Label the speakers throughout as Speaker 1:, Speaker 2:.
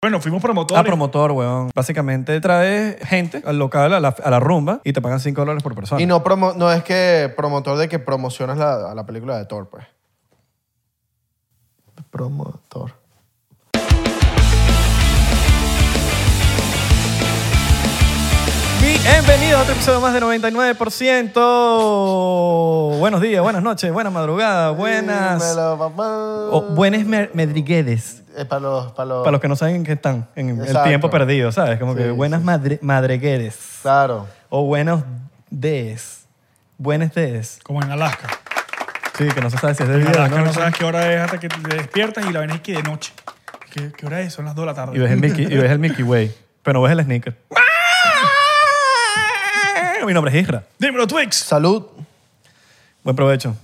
Speaker 1: Bueno, fuimos promotores.
Speaker 2: Ah, promotor, weón. Básicamente traes gente al local, a la, a la rumba, y te pagan 5 dólares por persona.
Speaker 3: Y no, promo- no es que promotor de que promocionas la, a la película de Thor, pues. Promotor.
Speaker 2: Bienvenidos a otro episodio más de 99%. Buenos días, buenas noches, buenas madrugadas, buenas...
Speaker 3: Dímelo, papá.
Speaker 2: O buenas mer- medriguedes.
Speaker 3: Es para los... Para los
Speaker 2: Para los que no saben en qué están, en el
Speaker 3: Exacto.
Speaker 2: tiempo perdido, ¿sabes? Como que buenas madre, madreguedes.
Speaker 3: Claro.
Speaker 2: O buenos des. Buenas des.
Speaker 1: Como en Alaska.
Speaker 2: Sí, que no se sabe si es de
Speaker 1: En
Speaker 2: día o de
Speaker 1: Alaska no
Speaker 2: noche.
Speaker 1: sabes qué hora es hasta que te despiertas y la ven es que de noche. ¿Qué, qué hora es? Son las 2 de la tarde.
Speaker 2: Y ves el Mickey, y ves el Mickey Way. Pero ves el sneaker. Mi nombre es Isra.
Speaker 1: Dímelo, Twix.
Speaker 3: Salud.
Speaker 2: Buen provecho.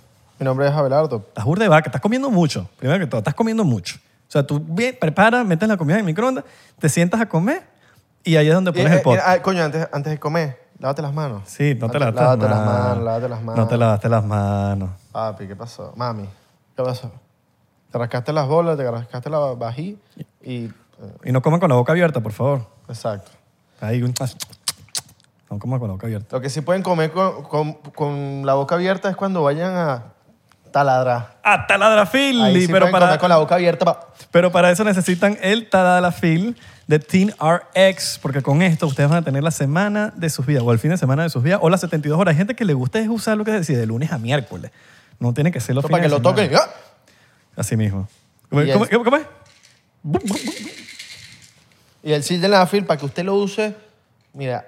Speaker 3: Mi nombre es Abelardo.
Speaker 2: Estás burda de vaca, estás comiendo mucho. Primero que todo, estás comiendo mucho. O sea, tú bien, preparas, metes la comida en el microondas, te sientas a comer y ahí es donde pones
Speaker 3: Eh,
Speaker 2: el
Speaker 3: eh,
Speaker 2: pot.
Speaker 3: ah, coño, antes, antes de comer, lávate las manos.
Speaker 2: Sí, no te lavaste las
Speaker 3: Lávate
Speaker 2: manos.
Speaker 3: las manos, lávate las manos.
Speaker 2: No te lavaste las manos.
Speaker 3: Papi, ¿qué pasó? Mami, ¿qué pasó? Te rascaste las bolas, te rascaste la bají y... eh,
Speaker 2: Y no coman con la boca abierta, por favor.
Speaker 3: exacto.
Speaker 2: Ahí un... No coman con la boca abierta.
Speaker 3: Lo que sí pueden comer con, con- con la boca abierta es cuando vayan a taladrar.
Speaker 2: ¡Hasta ladrafil!
Speaker 3: Ahí sí
Speaker 2: pero
Speaker 3: pueden comer
Speaker 2: para...
Speaker 3: con la boca abierta. pa-
Speaker 2: Pero para eso necesitan el Tadalafil de Teen RX, porque con esto ustedes van a tener la semana de sus vidas, o el fin de semana de sus vidas, o las 72 horas. Hay gente que le gusta es usar lo que se decide de lunes a miércoles. No tiene que ser los
Speaker 3: Eso para que
Speaker 2: fines de
Speaker 3: lo toquen.
Speaker 2: semana.
Speaker 3: ¡Ah!
Speaker 2: Así mismo. ¿Cómo,
Speaker 3: Y
Speaker 2: cómo-
Speaker 3: el-
Speaker 2: cómo es?
Speaker 3: Y el sil de la fil para que usted lo use, mira,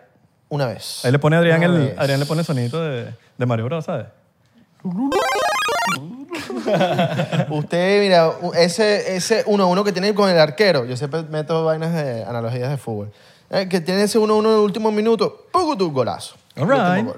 Speaker 3: una vez.
Speaker 2: Ahí le pone Adrián
Speaker 3: Una
Speaker 2: el,
Speaker 3: vez.
Speaker 2: Adrián le pone el sonidito de, de Mario Bros, ¿sabes?
Speaker 3: Usted, mira, u- ese, ese 1-1 que tiene con el arquero, yo siempre meto vainas de analogías de fútbol, Eh, que tiene ese 1-1 en el último minuto, poco tu golazo.
Speaker 2: All
Speaker 3: El último
Speaker 2: right.
Speaker 3: gol.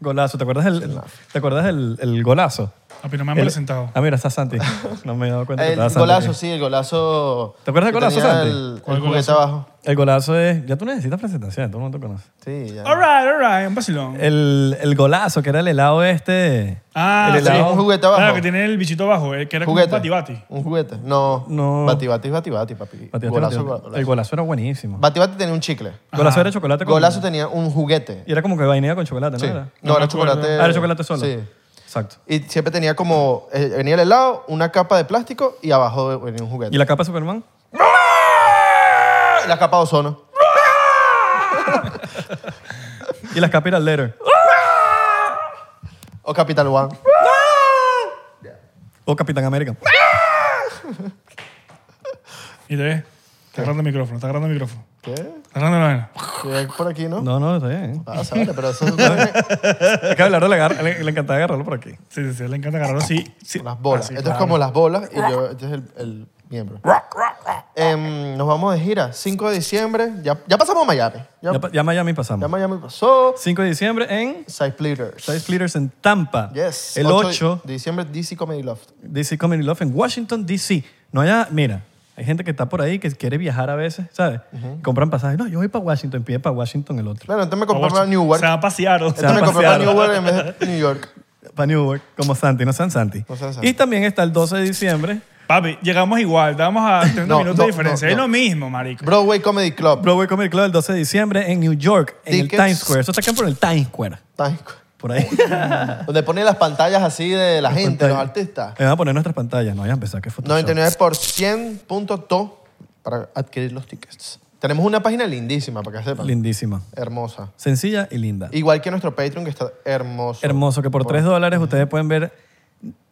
Speaker 2: Golazo, ¿te acuerdas el, ¿te acuerdas el, el golazo?
Speaker 1: Papi, no me han
Speaker 2: El-
Speaker 1: presentado.
Speaker 2: Ah, mira, está Santi. No me he dado cuenta que
Speaker 3: El
Speaker 2: estaba Santi
Speaker 3: golazo,
Speaker 2: aquí.
Speaker 3: sí, el golazo.
Speaker 2: ¿Te acuerdas del
Speaker 3: que
Speaker 2: golazo,
Speaker 3: tenía
Speaker 2: Santi?
Speaker 3: El,
Speaker 1: ¿Cuál
Speaker 3: el juguete
Speaker 1: golazo?
Speaker 3: abajo.
Speaker 2: El golazo es... Ya tú necesitas presentación, todo el mundo conoce.
Speaker 3: Sí, ya.
Speaker 1: All right, all right. Un vacilón.
Speaker 2: El, el golazo, que era el helado este.
Speaker 1: ah,
Speaker 2: el
Speaker 3: sí,
Speaker 2: helado.
Speaker 3: un juguete abajo.
Speaker 1: Claro, que tiene el bichito abajo, eh, que era como
Speaker 3: juguete.
Speaker 1: un batibati.
Speaker 3: Un juguete. No.
Speaker 2: No.
Speaker 3: Batibati es batibati, papi.
Speaker 2: Batidaste,
Speaker 3: golazo,
Speaker 2: batidaste.
Speaker 3: golazo.
Speaker 2: El golazo era buenísimo.
Speaker 3: Batibati tenía un chicle.
Speaker 2: Golazo era chocolate con...
Speaker 3: Golazo tenía un juguete.
Speaker 2: Y era como que vainilla con chocolate, ¿no
Speaker 3: Sí.
Speaker 2: era?
Speaker 3: No,
Speaker 1: me
Speaker 3: era
Speaker 1: acuerdo.
Speaker 3: chocolate.
Speaker 2: Ah, era chocolate solo.
Speaker 3: Sí.
Speaker 2: Exacto.
Speaker 3: Y siempre tenía como. eh, venía el helado, una capa de plástico y abajo venía un juguete.
Speaker 2: ¿Y la capa de Superman?
Speaker 3: ¡Ah! La capa de ozono.
Speaker 2: Y las capas era el letter.
Speaker 3: O Capital One.
Speaker 2: O Capitán América.
Speaker 1: Y te ves. Está agarrando el micrófono, está agarrando el micrófono.
Speaker 3: ¿Qué?
Speaker 1: Está agarrando la vaina.
Speaker 3: ¿Qué hay por aquí, no?
Speaker 2: No, no, está bien.
Speaker 3: Ah, sale, pero eso
Speaker 2: Es que a Abelardo le, agarra- le, le encantaba agarrarlo por aquí.
Speaker 1: Sí, sí, sí, le encanta agarrarlo así. sí.
Speaker 3: Las bolas.
Speaker 1: Así,
Speaker 3: esto
Speaker 1: claro.
Speaker 3: es como las bolas y yo, este es el, el miembro. Em, nos vamos de gira, 5 de diciembre. Ya, ya pasamos a Miami. Ya,
Speaker 2: Ya, pa- ya Miami pasamos.
Speaker 3: ya Miami pasó.
Speaker 2: 5 de diciembre en
Speaker 3: Side Splitters.
Speaker 2: Side Splitters en Tampa.
Speaker 3: Yes.
Speaker 2: El 8
Speaker 3: de diciembre, DC Comedy Loft.
Speaker 2: DC Comedy Love en Washington, D.C. No haya, mira, hay gente que está por ahí que quiere viajar a veces, ¿sabes? Compran pasajes. No, yo voy para Washington, pide para Washington el otro.
Speaker 3: Bueno, entonces me compré para Newark.
Speaker 1: Se va a pasear. o sea,
Speaker 3: Entonces me compré para
Speaker 2: pasearon.
Speaker 3: Newark en vez de New York.
Speaker 2: Para Newark, como Santi, no sean Santi.
Speaker 3: No sean Santi.
Speaker 2: Y también está el 12 de diciembre,
Speaker 1: Papi, llegamos igual, damos a 30
Speaker 3: No,
Speaker 1: minutos
Speaker 3: no,
Speaker 1: de diferencia.
Speaker 3: no,
Speaker 1: es
Speaker 3: no.
Speaker 1: lo mismo, marico.
Speaker 3: Broadway Comedy Club.
Speaker 2: Broadway Comedy Club el 12 de diciembre en New York, en el
Speaker 3: Tickets.
Speaker 2: Times Square. Eso está acá por el Times Square,
Speaker 3: Times-
Speaker 2: por ahí.
Speaker 3: Donde ponen las pantallas así de la gente, los artistas.
Speaker 2: Le van a poner nuestras pantallas, no vayan a pensar que es Photoshop.
Speaker 3: 99% para adquirir los tickets. Tenemos una página lindísima, para que sepan.
Speaker 2: Lindísima.
Speaker 3: Hermosa.
Speaker 2: Sencilla y linda.
Speaker 3: Igual que nuestro Patreon, que está hermoso.
Speaker 2: Hermoso, que por 3 dólares ustedes pueden ver...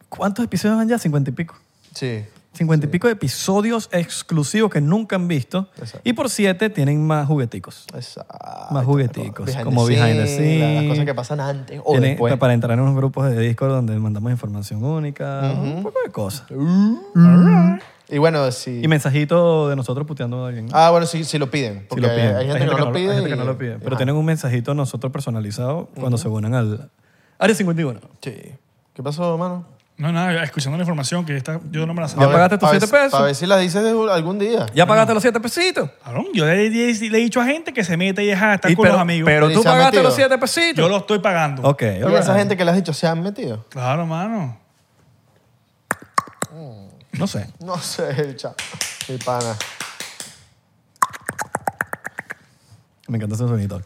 Speaker 2: ¿Cuántos episodios van ya? 50 y pico.
Speaker 3: Sí.
Speaker 2: 50 y pico de episodios exclusivos que nunca han visto. Y por 7 tienen más jugueticos.
Speaker 3: Exacto.
Speaker 2: Más jugueticos,
Speaker 3: Behind
Speaker 2: como
Speaker 3: the
Speaker 2: behind the
Speaker 3: scene, la-
Speaker 2: scene.
Speaker 3: Las cosas que pasan antes o
Speaker 2: Tienen-
Speaker 3: después.
Speaker 2: Para entrar en unos grupos de Discord donde mandamos información única, un poco de cosas.
Speaker 3: Y bueno, si...
Speaker 2: Y mensajito de nosotros puteando a alguien.
Speaker 3: Ah, bueno, si, si lo piden.
Speaker 2: si
Speaker 3: Porque
Speaker 2: lo piden.
Speaker 3: hay gente que no lo pide.
Speaker 2: hay gente que
Speaker 3: y-
Speaker 2: no lo pide. Pero
Speaker 3: Ajá.
Speaker 2: tienen un mensajito nosotros personalizado cuando se unan al Área 51.
Speaker 3: Sí. ¿Qué pasó, hermano?
Speaker 1: No, nada, escuchando la información que está, yo no me la
Speaker 2: ¿Ya
Speaker 1: sabía.
Speaker 2: pagaste tus 7 pesos?
Speaker 3: Para ver si las dices de- algún día.
Speaker 2: ¿Ya pagaste los 7 pesitos?
Speaker 1: Cabrón, yo le, le- le he dicho a gente que se mete y deja de estar
Speaker 2: Y
Speaker 1: con
Speaker 2: pero,
Speaker 1: los amigos.
Speaker 2: Pero
Speaker 3: Y
Speaker 2: tú
Speaker 3: se ha
Speaker 2: pagaste
Speaker 3: metido.
Speaker 2: los 7 pesitos.
Speaker 1: yo lo estoy pagando.
Speaker 2: Ok.
Speaker 3: Y
Speaker 2: alright.
Speaker 3: esa gente que le has dicho, ¿se han metido?
Speaker 1: Claro, mano.
Speaker 2: No sé.
Speaker 3: No sé, chao. Mi pana.
Speaker 2: Me encanta ese sonido.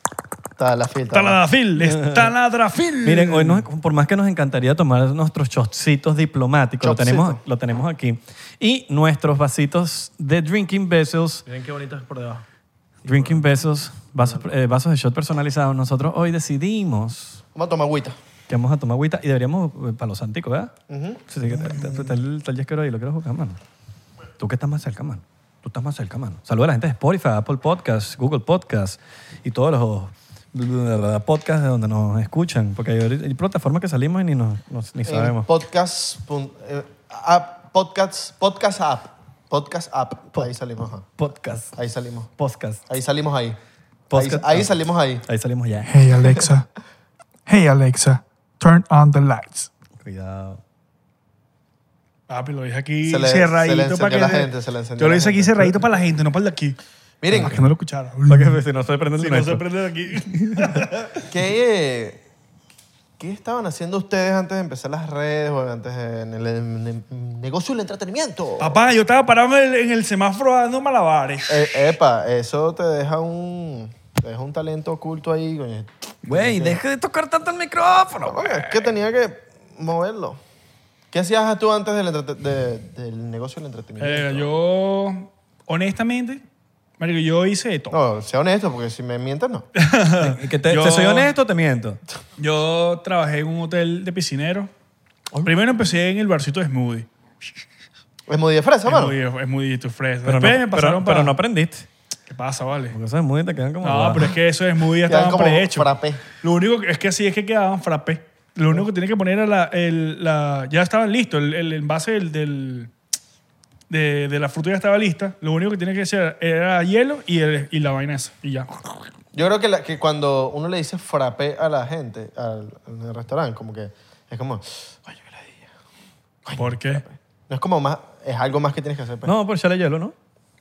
Speaker 3: Está la filtra.
Speaker 1: Taladrafil, es taladrafil.
Speaker 2: Miren, hoy nos- por más que nos encantaría tomar nuestros chocitos diplomáticos, lo
Speaker 3: Shotcito.
Speaker 2: tenemos, lo tenemos aquí, y nuestros vasitos de drinking vessels,
Speaker 4: Miren qué bonito es por debajo.
Speaker 2: drinking vessels, vasos, eh, vasos de shot personalizados, nosotros hoy decidimos
Speaker 3: Vamos a tomar agüita.
Speaker 2: que vamos a tomar agüita y deberíamos, eh, para los anticos, ¿verdad? Sí, sí, que está- está- está el está el yesquero ahí, lo quiero buscar, mano. Tú que estás más cerca, mano. Tú estás más cerca, mano. Saluda a la gente de Spotify, Apple Podcasts, Google Podcasts y todos los podcasts de donde nos escuchan. Porque hay, hay plataformas que salimos y ni, nos, nos- ni
Speaker 3: En
Speaker 2: sabemos.
Speaker 3: podcast. pun- eh, app, podcast. Podcast app. Podcast app. Ahí salimos. ajá.
Speaker 2: Podcast.
Speaker 3: Ahí salimos.
Speaker 2: Podcast.
Speaker 3: Ahí salimos ahí. Ahí,
Speaker 2: Podcast
Speaker 3: ahí
Speaker 2: app.
Speaker 3: salimos ahí.
Speaker 2: Ahí salimos ya.
Speaker 1: Hey Alexa. Hey Alexa. Turn on the lights.
Speaker 2: Cuidado.
Speaker 1: Papi, lo dije aquí
Speaker 3: Se le-
Speaker 1: cerradito
Speaker 3: se le encendió
Speaker 1: para que
Speaker 3: la gente, se le encendió
Speaker 1: Yo lo
Speaker 3: la
Speaker 1: hice aquí
Speaker 3: gente.
Speaker 1: cerradito para la gente, no para el de aquí.
Speaker 3: Miren,
Speaker 1: Para que no lo escuchara.
Speaker 2: Para que si no se prende el
Speaker 1: Si no se
Speaker 2: nuestro.
Speaker 1: prende de aquí.
Speaker 3: ¿qué, eh, ¿qué estaban haciendo ustedes antes de empezar las redes o antes de- en el, en el negocio del entretenimiento?
Speaker 1: Papá, yo estaba parado en el, en el semáforo dando malabares.
Speaker 3: Eh, epa, eso te deja un, te deja un talento oculto ahí, coño.
Speaker 2: Güey, deja de tocar tanto el micrófono.
Speaker 3: Bueno, es que tenía que moverlo. ¿Qué hacías tú antes del, entrete- de- del negocio del entretenimiento?
Speaker 1: Eh, yo, honestamente, marico, yo hice de todo.
Speaker 3: No, sea honesto, porque si me mientes, no.
Speaker 2: Y que te,
Speaker 1: Yo-
Speaker 2: ¿Te soy honesto o te miento?
Speaker 1: Yo trabajé en un hotel de piscinero. Primero empecé en el barcito de smoothie.
Speaker 3: Es muy de fresa, mano.
Speaker 1: Smoothie, smoothie to fresh.
Speaker 2: Pero no,
Speaker 1: Después me
Speaker 2: pero,
Speaker 1: pasaron
Speaker 2: pero
Speaker 1: para-
Speaker 2: no aprendiste.
Speaker 1: ¿Qué pasa, vale?
Speaker 2: Porque esas muy te quedan como...
Speaker 1: No, pero es que eso es muy ya
Speaker 3: Quedan
Speaker 1: estaban
Speaker 3: como
Speaker 1: prehechos.
Speaker 3: frappé.
Speaker 1: Lo único que, es que así es que quedaban frappé. Lo único que tenía que poner era la, el- la- ya estaban listos, el, el envase del, del- de, de la fruta ya estaba lista. Lo único que tenía que hacer era hielo y, el- y la vaina esa y ya.
Speaker 3: Yo creo que, la- que cuando uno le dice frappé a la gente, al, en el restaurante, como que es como, "Coño, qué ladilla".
Speaker 1: ¿Por qué?
Speaker 3: no es como más, es algo más que tienes que hacer. pues.
Speaker 2: No, por echarle hielo, ¿no?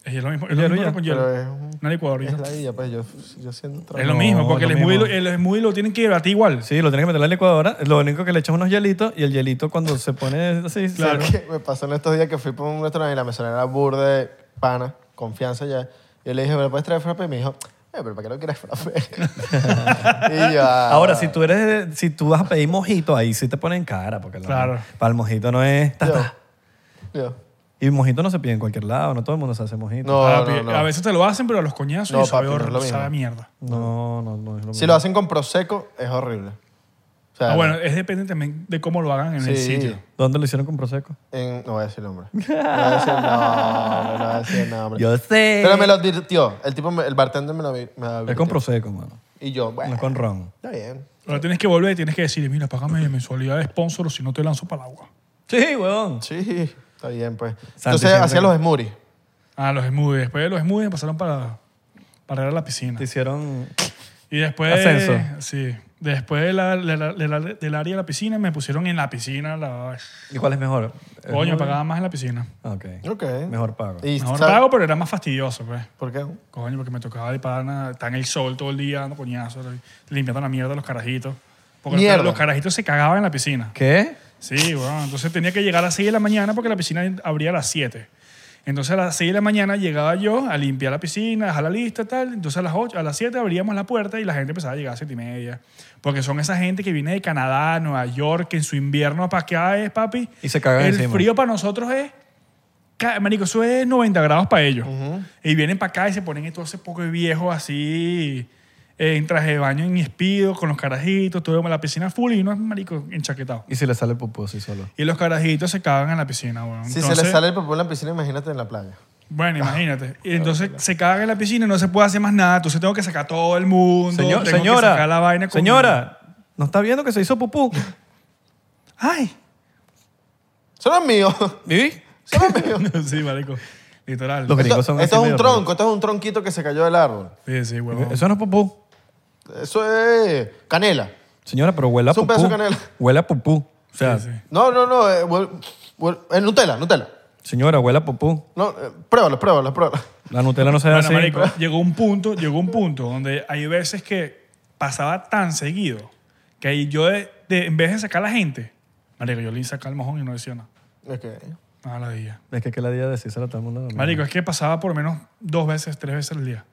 Speaker 1: Es lo mismo, es lo
Speaker 2: Hielo
Speaker 1: mismo
Speaker 2: ya.
Speaker 1: pero con hielo.
Speaker 3: Pero es, un-
Speaker 1: Una licuadora.
Speaker 3: es ladilla, pues yo, yo siento otra
Speaker 1: Es lo
Speaker 2: No,
Speaker 1: mismo, porque
Speaker 2: es
Speaker 1: el
Speaker 2: lo
Speaker 1: smoothie, lo,
Speaker 2: mismo.
Speaker 1: el smoothie lo tienen que batir igual.
Speaker 2: Sí, lo tienes que meter en la licuadora. Lo único que le echas unos hielitos y el hielito cuando se pone así... se-
Speaker 1: Claro.
Speaker 3: que me pasó en estos días que fui por un restaurante y la mesonera era burda de pana, confianza ya. Yo le dije, ¿me puedes traer frappé? Y me dijo, "Eh, pero ¿para qué lo quieres frappé? y yo, "Ah".
Speaker 2: Ahora, si tú eres... Si tú vas a pedir mojito, ahí sí te ponen cara. Porque la-
Speaker 1: Claro.
Speaker 2: para el mojito no es... ta,
Speaker 3: Yo,
Speaker 2: ta.
Speaker 3: yo,
Speaker 2: Y mojito no se pide en cualquier lado. No todo el mundo se hace mojito.
Speaker 3: no,
Speaker 1: Papi,
Speaker 3: no, no.
Speaker 1: Ah, A veces te lo hacen, pero a los coñazos
Speaker 3: No,
Speaker 1: y sabe,
Speaker 3: papi, no es lo
Speaker 1: horrible,
Speaker 3: mismo.
Speaker 1: sabe a mierda. Ah,
Speaker 2: No, no, no es lo
Speaker 3: Si
Speaker 2: mismo.
Speaker 3: lo hacen con prosecco, es horrible. O sea,
Speaker 1: Ah, bueno, es depende también de cómo lo hagan en el
Speaker 3: Sí.
Speaker 1: sitio.
Speaker 2: ¿Dónde lo hicieron con Prosecco?
Speaker 3: en- no voy a decir nombre. No voy a decir nombre, no voy a decir nombre.
Speaker 2: Yo sé.
Speaker 3: Pero me lo advirtió. El tipo, me- el bartender me lo vi- me lo advirtió.
Speaker 2: Es con Prosecco, mano.
Speaker 3: Y yo, bueno,
Speaker 2: No es con ron.
Speaker 3: está bien.
Speaker 1: Ahora tienes que volver y tienes que decir, mira, págame mensualidad de sponsor o si no te lanzo para el agua.
Speaker 2: Sí, huevón.
Speaker 3: Sí, está bien, pues. Entonces,
Speaker 2: siempre
Speaker 3: hacía
Speaker 2: que-
Speaker 3: los smoothies.
Speaker 1: Ah, los smoothies. Después de los smoothies pasaron para, para ir a la piscina.
Speaker 2: Te hicieron...
Speaker 1: Y después...
Speaker 2: Ascenso.
Speaker 1: Sí. Después de la- de la- de la- del área de la piscina, me pusieron en la piscina. La,
Speaker 2: ¿Y cuál es mejor? ¿El
Speaker 1: coño,
Speaker 2: mojito?
Speaker 1: pagaba más en la piscina.
Speaker 2: Ok.
Speaker 3: Ok.
Speaker 2: Mejor pago.
Speaker 3: Y
Speaker 1: Mejor
Speaker 3: sabe-
Speaker 1: pago, pero era más fastidioso, pues.
Speaker 3: ¿Por qué?
Speaker 1: Coño, porque me tocaba de pana, está en el sol todo el día dando coñazos, limpiando la mierda a los carajitos. Porque los-
Speaker 3: Mierda.
Speaker 1: los carajitos se cagaban en la piscina.
Speaker 2: ¿Qué?
Speaker 1: Sí, bueno, entonces tenía que llegar a las 6 de la mañana porque la piscina abría a las 7. Entonces a las 6 de la mañana llegaba yo a limpiar la piscina, a dejar la lista, tal. Entonces a las 8, a las 7 abríamos la puerta y la gente empezaba a llegar a 7 y media. Porque son esa gente que viene de Canadá, Nueva York, que en su invierno, ¿para qué es, papi?
Speaker 2: Y se cagan
Speaker 1: El
Speaker 2: encima.
Speaker 1: frío para nosotros es... ca- Marico, eso es 90 grados para ellos. Y vienen para acá y se ponen entonces poco viejos así, eh, en traje de baño, en espido, con los carajitos, todo en la piscina full y uno es marico enchaquetado.
Speaker 2: ¿Y si le sale el pupú así solo?
Speaker 1: Y los carajitos se cagan en la piscina, weón.
Speaker 3: Si se
Speaker 1: Entonces-
Speaker 3: le sale el Ah, papel en la piscina, imagínate en la playa.
Speaker 1: Bueno, imagínate. Y entonces se cagan en la piscina y no se puede hacer más nada. Entonces tengo que sacar a todo el mundo.
Speaker 2: Señor-
Speaker 1: tengo que
Speaker 2: señora,
Speaker 1: sacar la vaina con-
Speaker 2: señora, ¿no está viendo que se hizo pupú?
Speaker 1: ¡Ay!
Speaker 3: Son los míos.
Speaker 2: ¿Viví?
Speaker 3: Son los míos.
Speaker 1: sí, marico. Literal.
Speaker 2: Los
Speaker 3: esto
Speaker 2: gringos son
Speaker 3: esto
Speaker 2: así
Speaker 3: es
Speaker 2: medio
Speaker 3: un tronco, esto es un tronquito que se cayó del árbol.
Speaker 1: Sí, sí, huevón.
Speaker 2: Eso no es pupú.
Speaker 3: Eso es canela.
Speaker 2: Señora, pero huele a
Speaker 3: Es un
Speaker 2: pupú.
Speaker 3: pedazo de canela.
Speaker 2: Huele a pupú. O sea,
Speaker 1: Sí, sí.
Speaker 3: No, no, no. eh, huel- huel- eh, Nutella, Nutella.
Speaker 2: señora, huele a pupú.
Speaker 3: No, eh, pruébalo, pruébalo, pruébalo.
Speaker 2: La Nutella no se
Speaker 1: Bueno,
Speaker 2: hace.
Speaker 1: marico, llegó un punto, llegó un punto donde hay veces que pasaba tan seguido que ahí yo, de- de- en vez de sacar a la gente, marico, yo le sacaba el mojón y no decía nada.
Speaker 3: Ok.
Speaker 1: Nada, la día.
Speaker 2: Es que, que la día de César a todo el mundo.
Speaker 1: Marico, es que pasaba por lo menos dos veces, tres veces al día.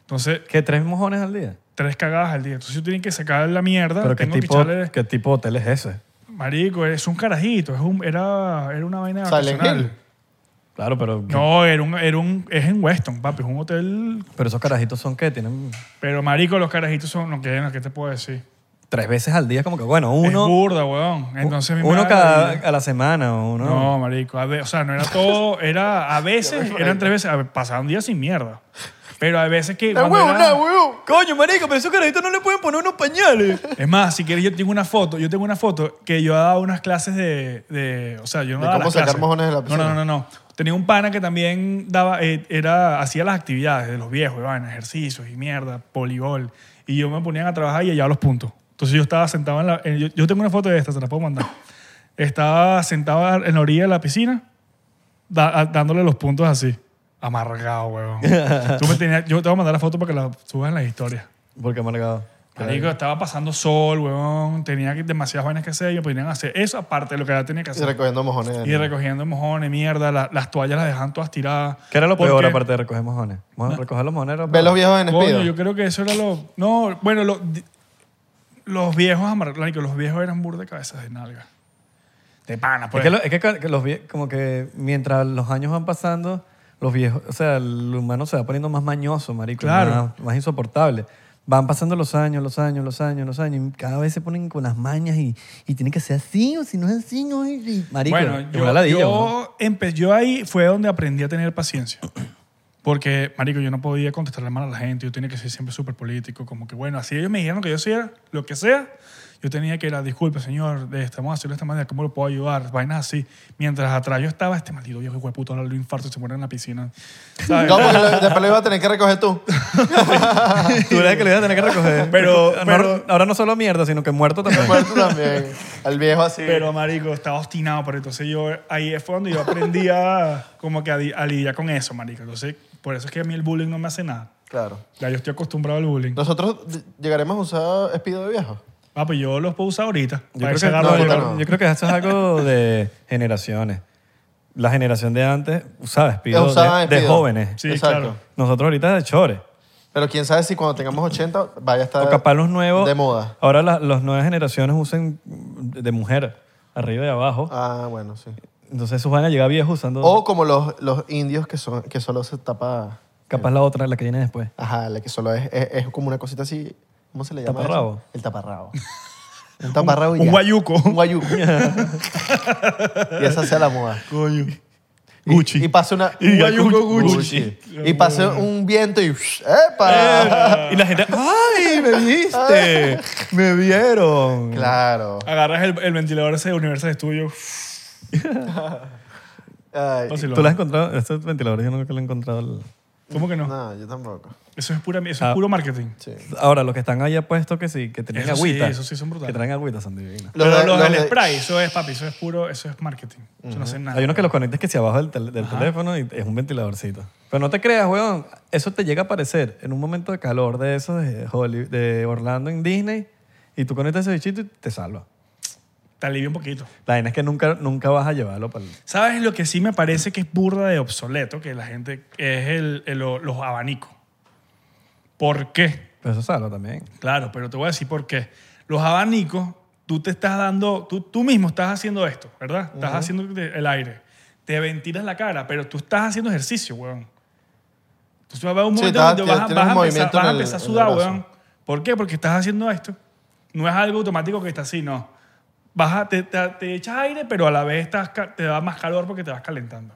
Speaker 1: Entonces,
Speaker 2: ¿Qué? ¿Tres mojones al día?
Speaker 1: tres cagadas al día. Entonces, yo tienen que sacar la mierda.
Speaker 2: ¿Pero qué
Speaker 1: Ah, tengo
Speaker 2: tipo,
Speaker 1: que echarle...
Speaker 2: qué tipo de hotel es ese?
Speaker 1: Marico, es un carajito. Es un, era, era una
Speaker 2: Ah,
Speaker 1: vaina
Speaker 3: Silent Hill.
Speaker 1: vacacional.
Speaker 2: Claro, pero...
Speaker 1: No, era un, era un, es en Weston, papi. Es un hotel...
Speaker 2: Pero esos carajitos son que tienen
Speaker 1: Pero, marico, los carajitos son... No, ¿qué, no, ¿qué te puedo decir?
Speaker 2: tres veces al día, como que, bueno,
Speaker 1: es
Speaker 2: uno,
Speaker 1: burda, weón. Entonces, mi
Speaker 2: uno
Speaker 1: madre-
Speaker 2: cada a la semana o uno.
Speaker 1: No, marico. a ve- o sea, no era todo. Era a veces, eran tres veces. a ver, Pasaban días sin mierda. Pero a veces que.
Speaker 3: ¡No,
Speaker 1: cuando
Speaker 3: huevo,
Speaker 1: era-
Speaker 3: no, huevo!
Speaker 2: Coño, marico, pero esos carajitos no le pueden poner unos pañales.
Speaker 1: es más, si quieres, yo tengo una foto. Yo tengo una foto que yo daba unas clases de. de- o sea, yo no
Speaker 3: De
Speaker 1: daba
Speaker 3: cómo
Speaker 1: las
Speaker 3: sacar
Speaker 1: clases.
Speaker 3: mojones de la piscina.
Speaker 1: No, no, no, no. Tenía un pana que también daba, eh, era, hacía las actividades de los viejos, iban ejercicios y mierda, voleibol. Y yo me ponían a trabajar y hallaba los puntos. Entonces yo estaba sentado en la. en- yo, yo tengo una foto de esta, se la puedo mandar. Estaba sentado en la orilla de la piscina, da- a- dándole los puntos así. Amargado, weón. Tú me tenías- yo te voy a mandar la foto para que la subas en las historias.
Speaker 2: Porque amargado.
Speaker 1: Marico, estaba pasando sol, weón. Tenía que- demasiadas vainas que hacer. Y me ponían a hacer eso aparte de lo que ya tenía que
Speaker 3: Y
Speaker 1: hacer.
Speaker 3: recogiendo mojones.
Speaker 1: Y recogiendo mojones, mierda. la- las toallas las dejaban todas tiradas.
Speaker 2: ¿Qué era lo
Speaker 1: Porque-
Speaker 2: peor aparte de recoger mojones? Mo- Recoger los mojones era
Speaker 3: Ve los viejos en
Speaker 1: Coño,
Speaker 3: Speedo.
Speaker 1: yo creo que eso era lo... No, bueno, lo- di- los viejos amarrados. marico, Los viejos eran burda de cabezas de nalga. De pana,
Speaker 2: Es
Speaker 1: pues.
Speaker 2: que, lo- es que ca- que los vie- como que mientras los años van pasando, los viejos, o sea, el humano se va poniendo más mañoso, marico,
Speaker 1: Claro.
Speaker 2: más, más insoportable. Van pasando los años, los años, los años, los años, y cada vez se ponen con las mañas y, y tiene que ser así, o si no es así, no es y- marico.
Speaker 1: bueno,
Speaker 2: es una
Speaker 1: yo,
Speaker 2: ladilla, weón.
Speaker 1: yo, empe- yo ahí fue donde aprendí a tener paciencia. Porque, marico, yo no podía contestarle mal a la gente. Yo tenía que ser siempre súper político. Como que, bueno, así ellos me dijeron que yo hiciera lo que sea. Yo tenía que ir a, disculpe, señor, de- este, estamos haciendo de esta manera, ¿cómo lo puedo ayudar? Vainas así. Mientras atrás yo estaba, este maldito viejo hijo de puta, ahora lo infarto, se muere en la piscina. ¿Sabes?
Speaker 3: ¿Cómo que lo- después lo ibas a tener que recoger tú?
Speaker 2: Tú eres el que le ibas a tener que recoger.
Speaker 1: Pero-
Speaker 2: No,
Speaker 1: pero-
Speaker 2: ahora no solo mierda, sino que muerto también.
Speaker 3: Muerto también. Al viejo así.
Speaker 1: Pero, marico, estaba obstinado. Pero entonces yo, ahí es donde yo aprendí a, como que a, di- a lidiar con eso, marico. Entonces, por eso es que a mí el bullying no me hace nada.
Speaker 3: Claro.
Speaker 1: Ya yo estoy acostumbrado al bullying.
Speaker 3: ¿Nosotros llegaremos a usar Speedo de viejo?
Speaker 1: Ah, pues yo los puedo usar ahorita. Para
Speaker 2: Yo creo,
Speaker 1: ese
Speaker 2: que,
Speaker 1: agarro
Speaker 2: no, yo
Speaker 1: valor.
Speaker 2: creo-
Speaker 3: no.
Speaker 2: yo creo que esto es algo de generaciones. La generación de antes usaba Speedo
Speaker 3: usaba
Speaker 2: de, de
Speaker 3: Speedo.
Speaker 2: jóvenes.
Speaker 1: Sí,
Speaker 3: Exacto.
Speaker 1: claro.
Speaker 2: Nosotros ahorita de chores.
Speaker 3: Pero quién sabe si cuando tengamos 80 vaya a estar
Speaker 2: O capaz los nuevos.
Speaker 3: de moda.
Speaker 2: Ahora la- las nuevas generaciones usan de mujer, arriba y abajo.
Speaker 3: Ah, bueno, sí.
Speaker 2: Entonces esos van a llegar viejos usando.
Speaker 3: O como los, los indios que, son, que solo se tapa...
Speaker 2: Capaz la otra, la que viene después.
Speaker 3: Ajá, la que solo es, es, es como una cosita así... ¿Cómo se le llama? eso?
Speaker 2: Taparrabo.
Speaker 3: El taparrabo. Un taparrabo y
Speaker 1: un
Speaker 3: ya.
Speaker 1: guayuco.
Speaker 3: Un guayuco. y esa sea la moda.
Speaker 1: Coño.
Speaker 3: Y-
Speaker 1: Gucci.
Speaker 3: Y, pasa una...
Speaker 1: Y
Speaker 3: un
Speaker 1: guayuco Gucci.
Speaker 3: Y pasa un viento y... ¡Epa!
Speaker 2: y la gente, ¡ay, me viste! ¡Me vieron!
Speaker 3: Claro.
Speaker 1: Agarras el, el ventilador ese de Universal Studios.
Speaker 3: Ay,
Speaker 1: fácil,
Speaker 2: ¿Tú
Speaker 1: ¿no?
Speaker 2: la has encontrado? Estos ventiladores yo nunca lo he encontrado. el-
Speaker 1: ¿Cómo que no?
Speaker 3: no, yo tampoco.
Speaker 1: Eso es, pura, eso
Speaker 2: Ah.
Speaker 1: es puro marketing.
Speaker 3: Sí.
Speaker 2: Ahora, los que están allá puestos que sí, que tienen
Speaker 1: Eso sí,
Speaker 2: agüita.
Speaker 1: eso sí son brutales.
Speaker 2: Que traen agüita, son divinos.
Speaker 3: Los
Speaker 1: Pero
Speaker 3: de-
Speaker 1: los,
Speaker 3: los
Speaker 1: el
Speaker 3: de-
Speaker 1: spray, eso es, papi, eso es puro, eso es marketing. Yo no sé nada.
Speaker 2: Hay unos que los conectas que si abajo del, tel- del teléfono y es un ventiladorcito. Pero no te creas, weón. Eso te llega a aparecer en un momento de calor de esos de, Holly- de Orlando en Disney y tú conectas ese bichito y te salva.
Speaker 1: Te alivia un poquito.
Speaker 2: La vaina es que nunca, nunca vas a llevarlo para el...
Speaker 1: ¿Sabes lo que sí me parece que es burda de obsoleto? Que la gente es el, el- lo- los abanicos. ¿Por qué?
Speaker 2: Pero eso salva también.
Speaker 1: Claro, pero te voy a decir por qué. Los abanicos, tú te estás dando, tú, tú mismo estás haciendo esto, ¿verdad? Estás haciendo de- el aire. Te ventilas la cara, pero tú estás haciendo ejercicio, weón. Entonces va a haber un
Speaker 3: Sí,
Speaker 1: momento
Speaker 3: estás-
Speaker 1: donde vas, a- vas
Speaker 3: tienes un
Speaker 1: a empezar,
Speaker 3: movimiento
Speaker 1: vas a
Speaker 3: en el-
Speaker 1: empezar a
Speaker 3: en el
Speaker 1: sudar,
Speaker 3: brazo.
Speaker 1: weón. ¿Por qué? Porque estás haciendo esto. No es algo automático que está así, no. Vas a- te, te- te echas aire, pero a la vez estás ca- te da más calor porque te vas calentando.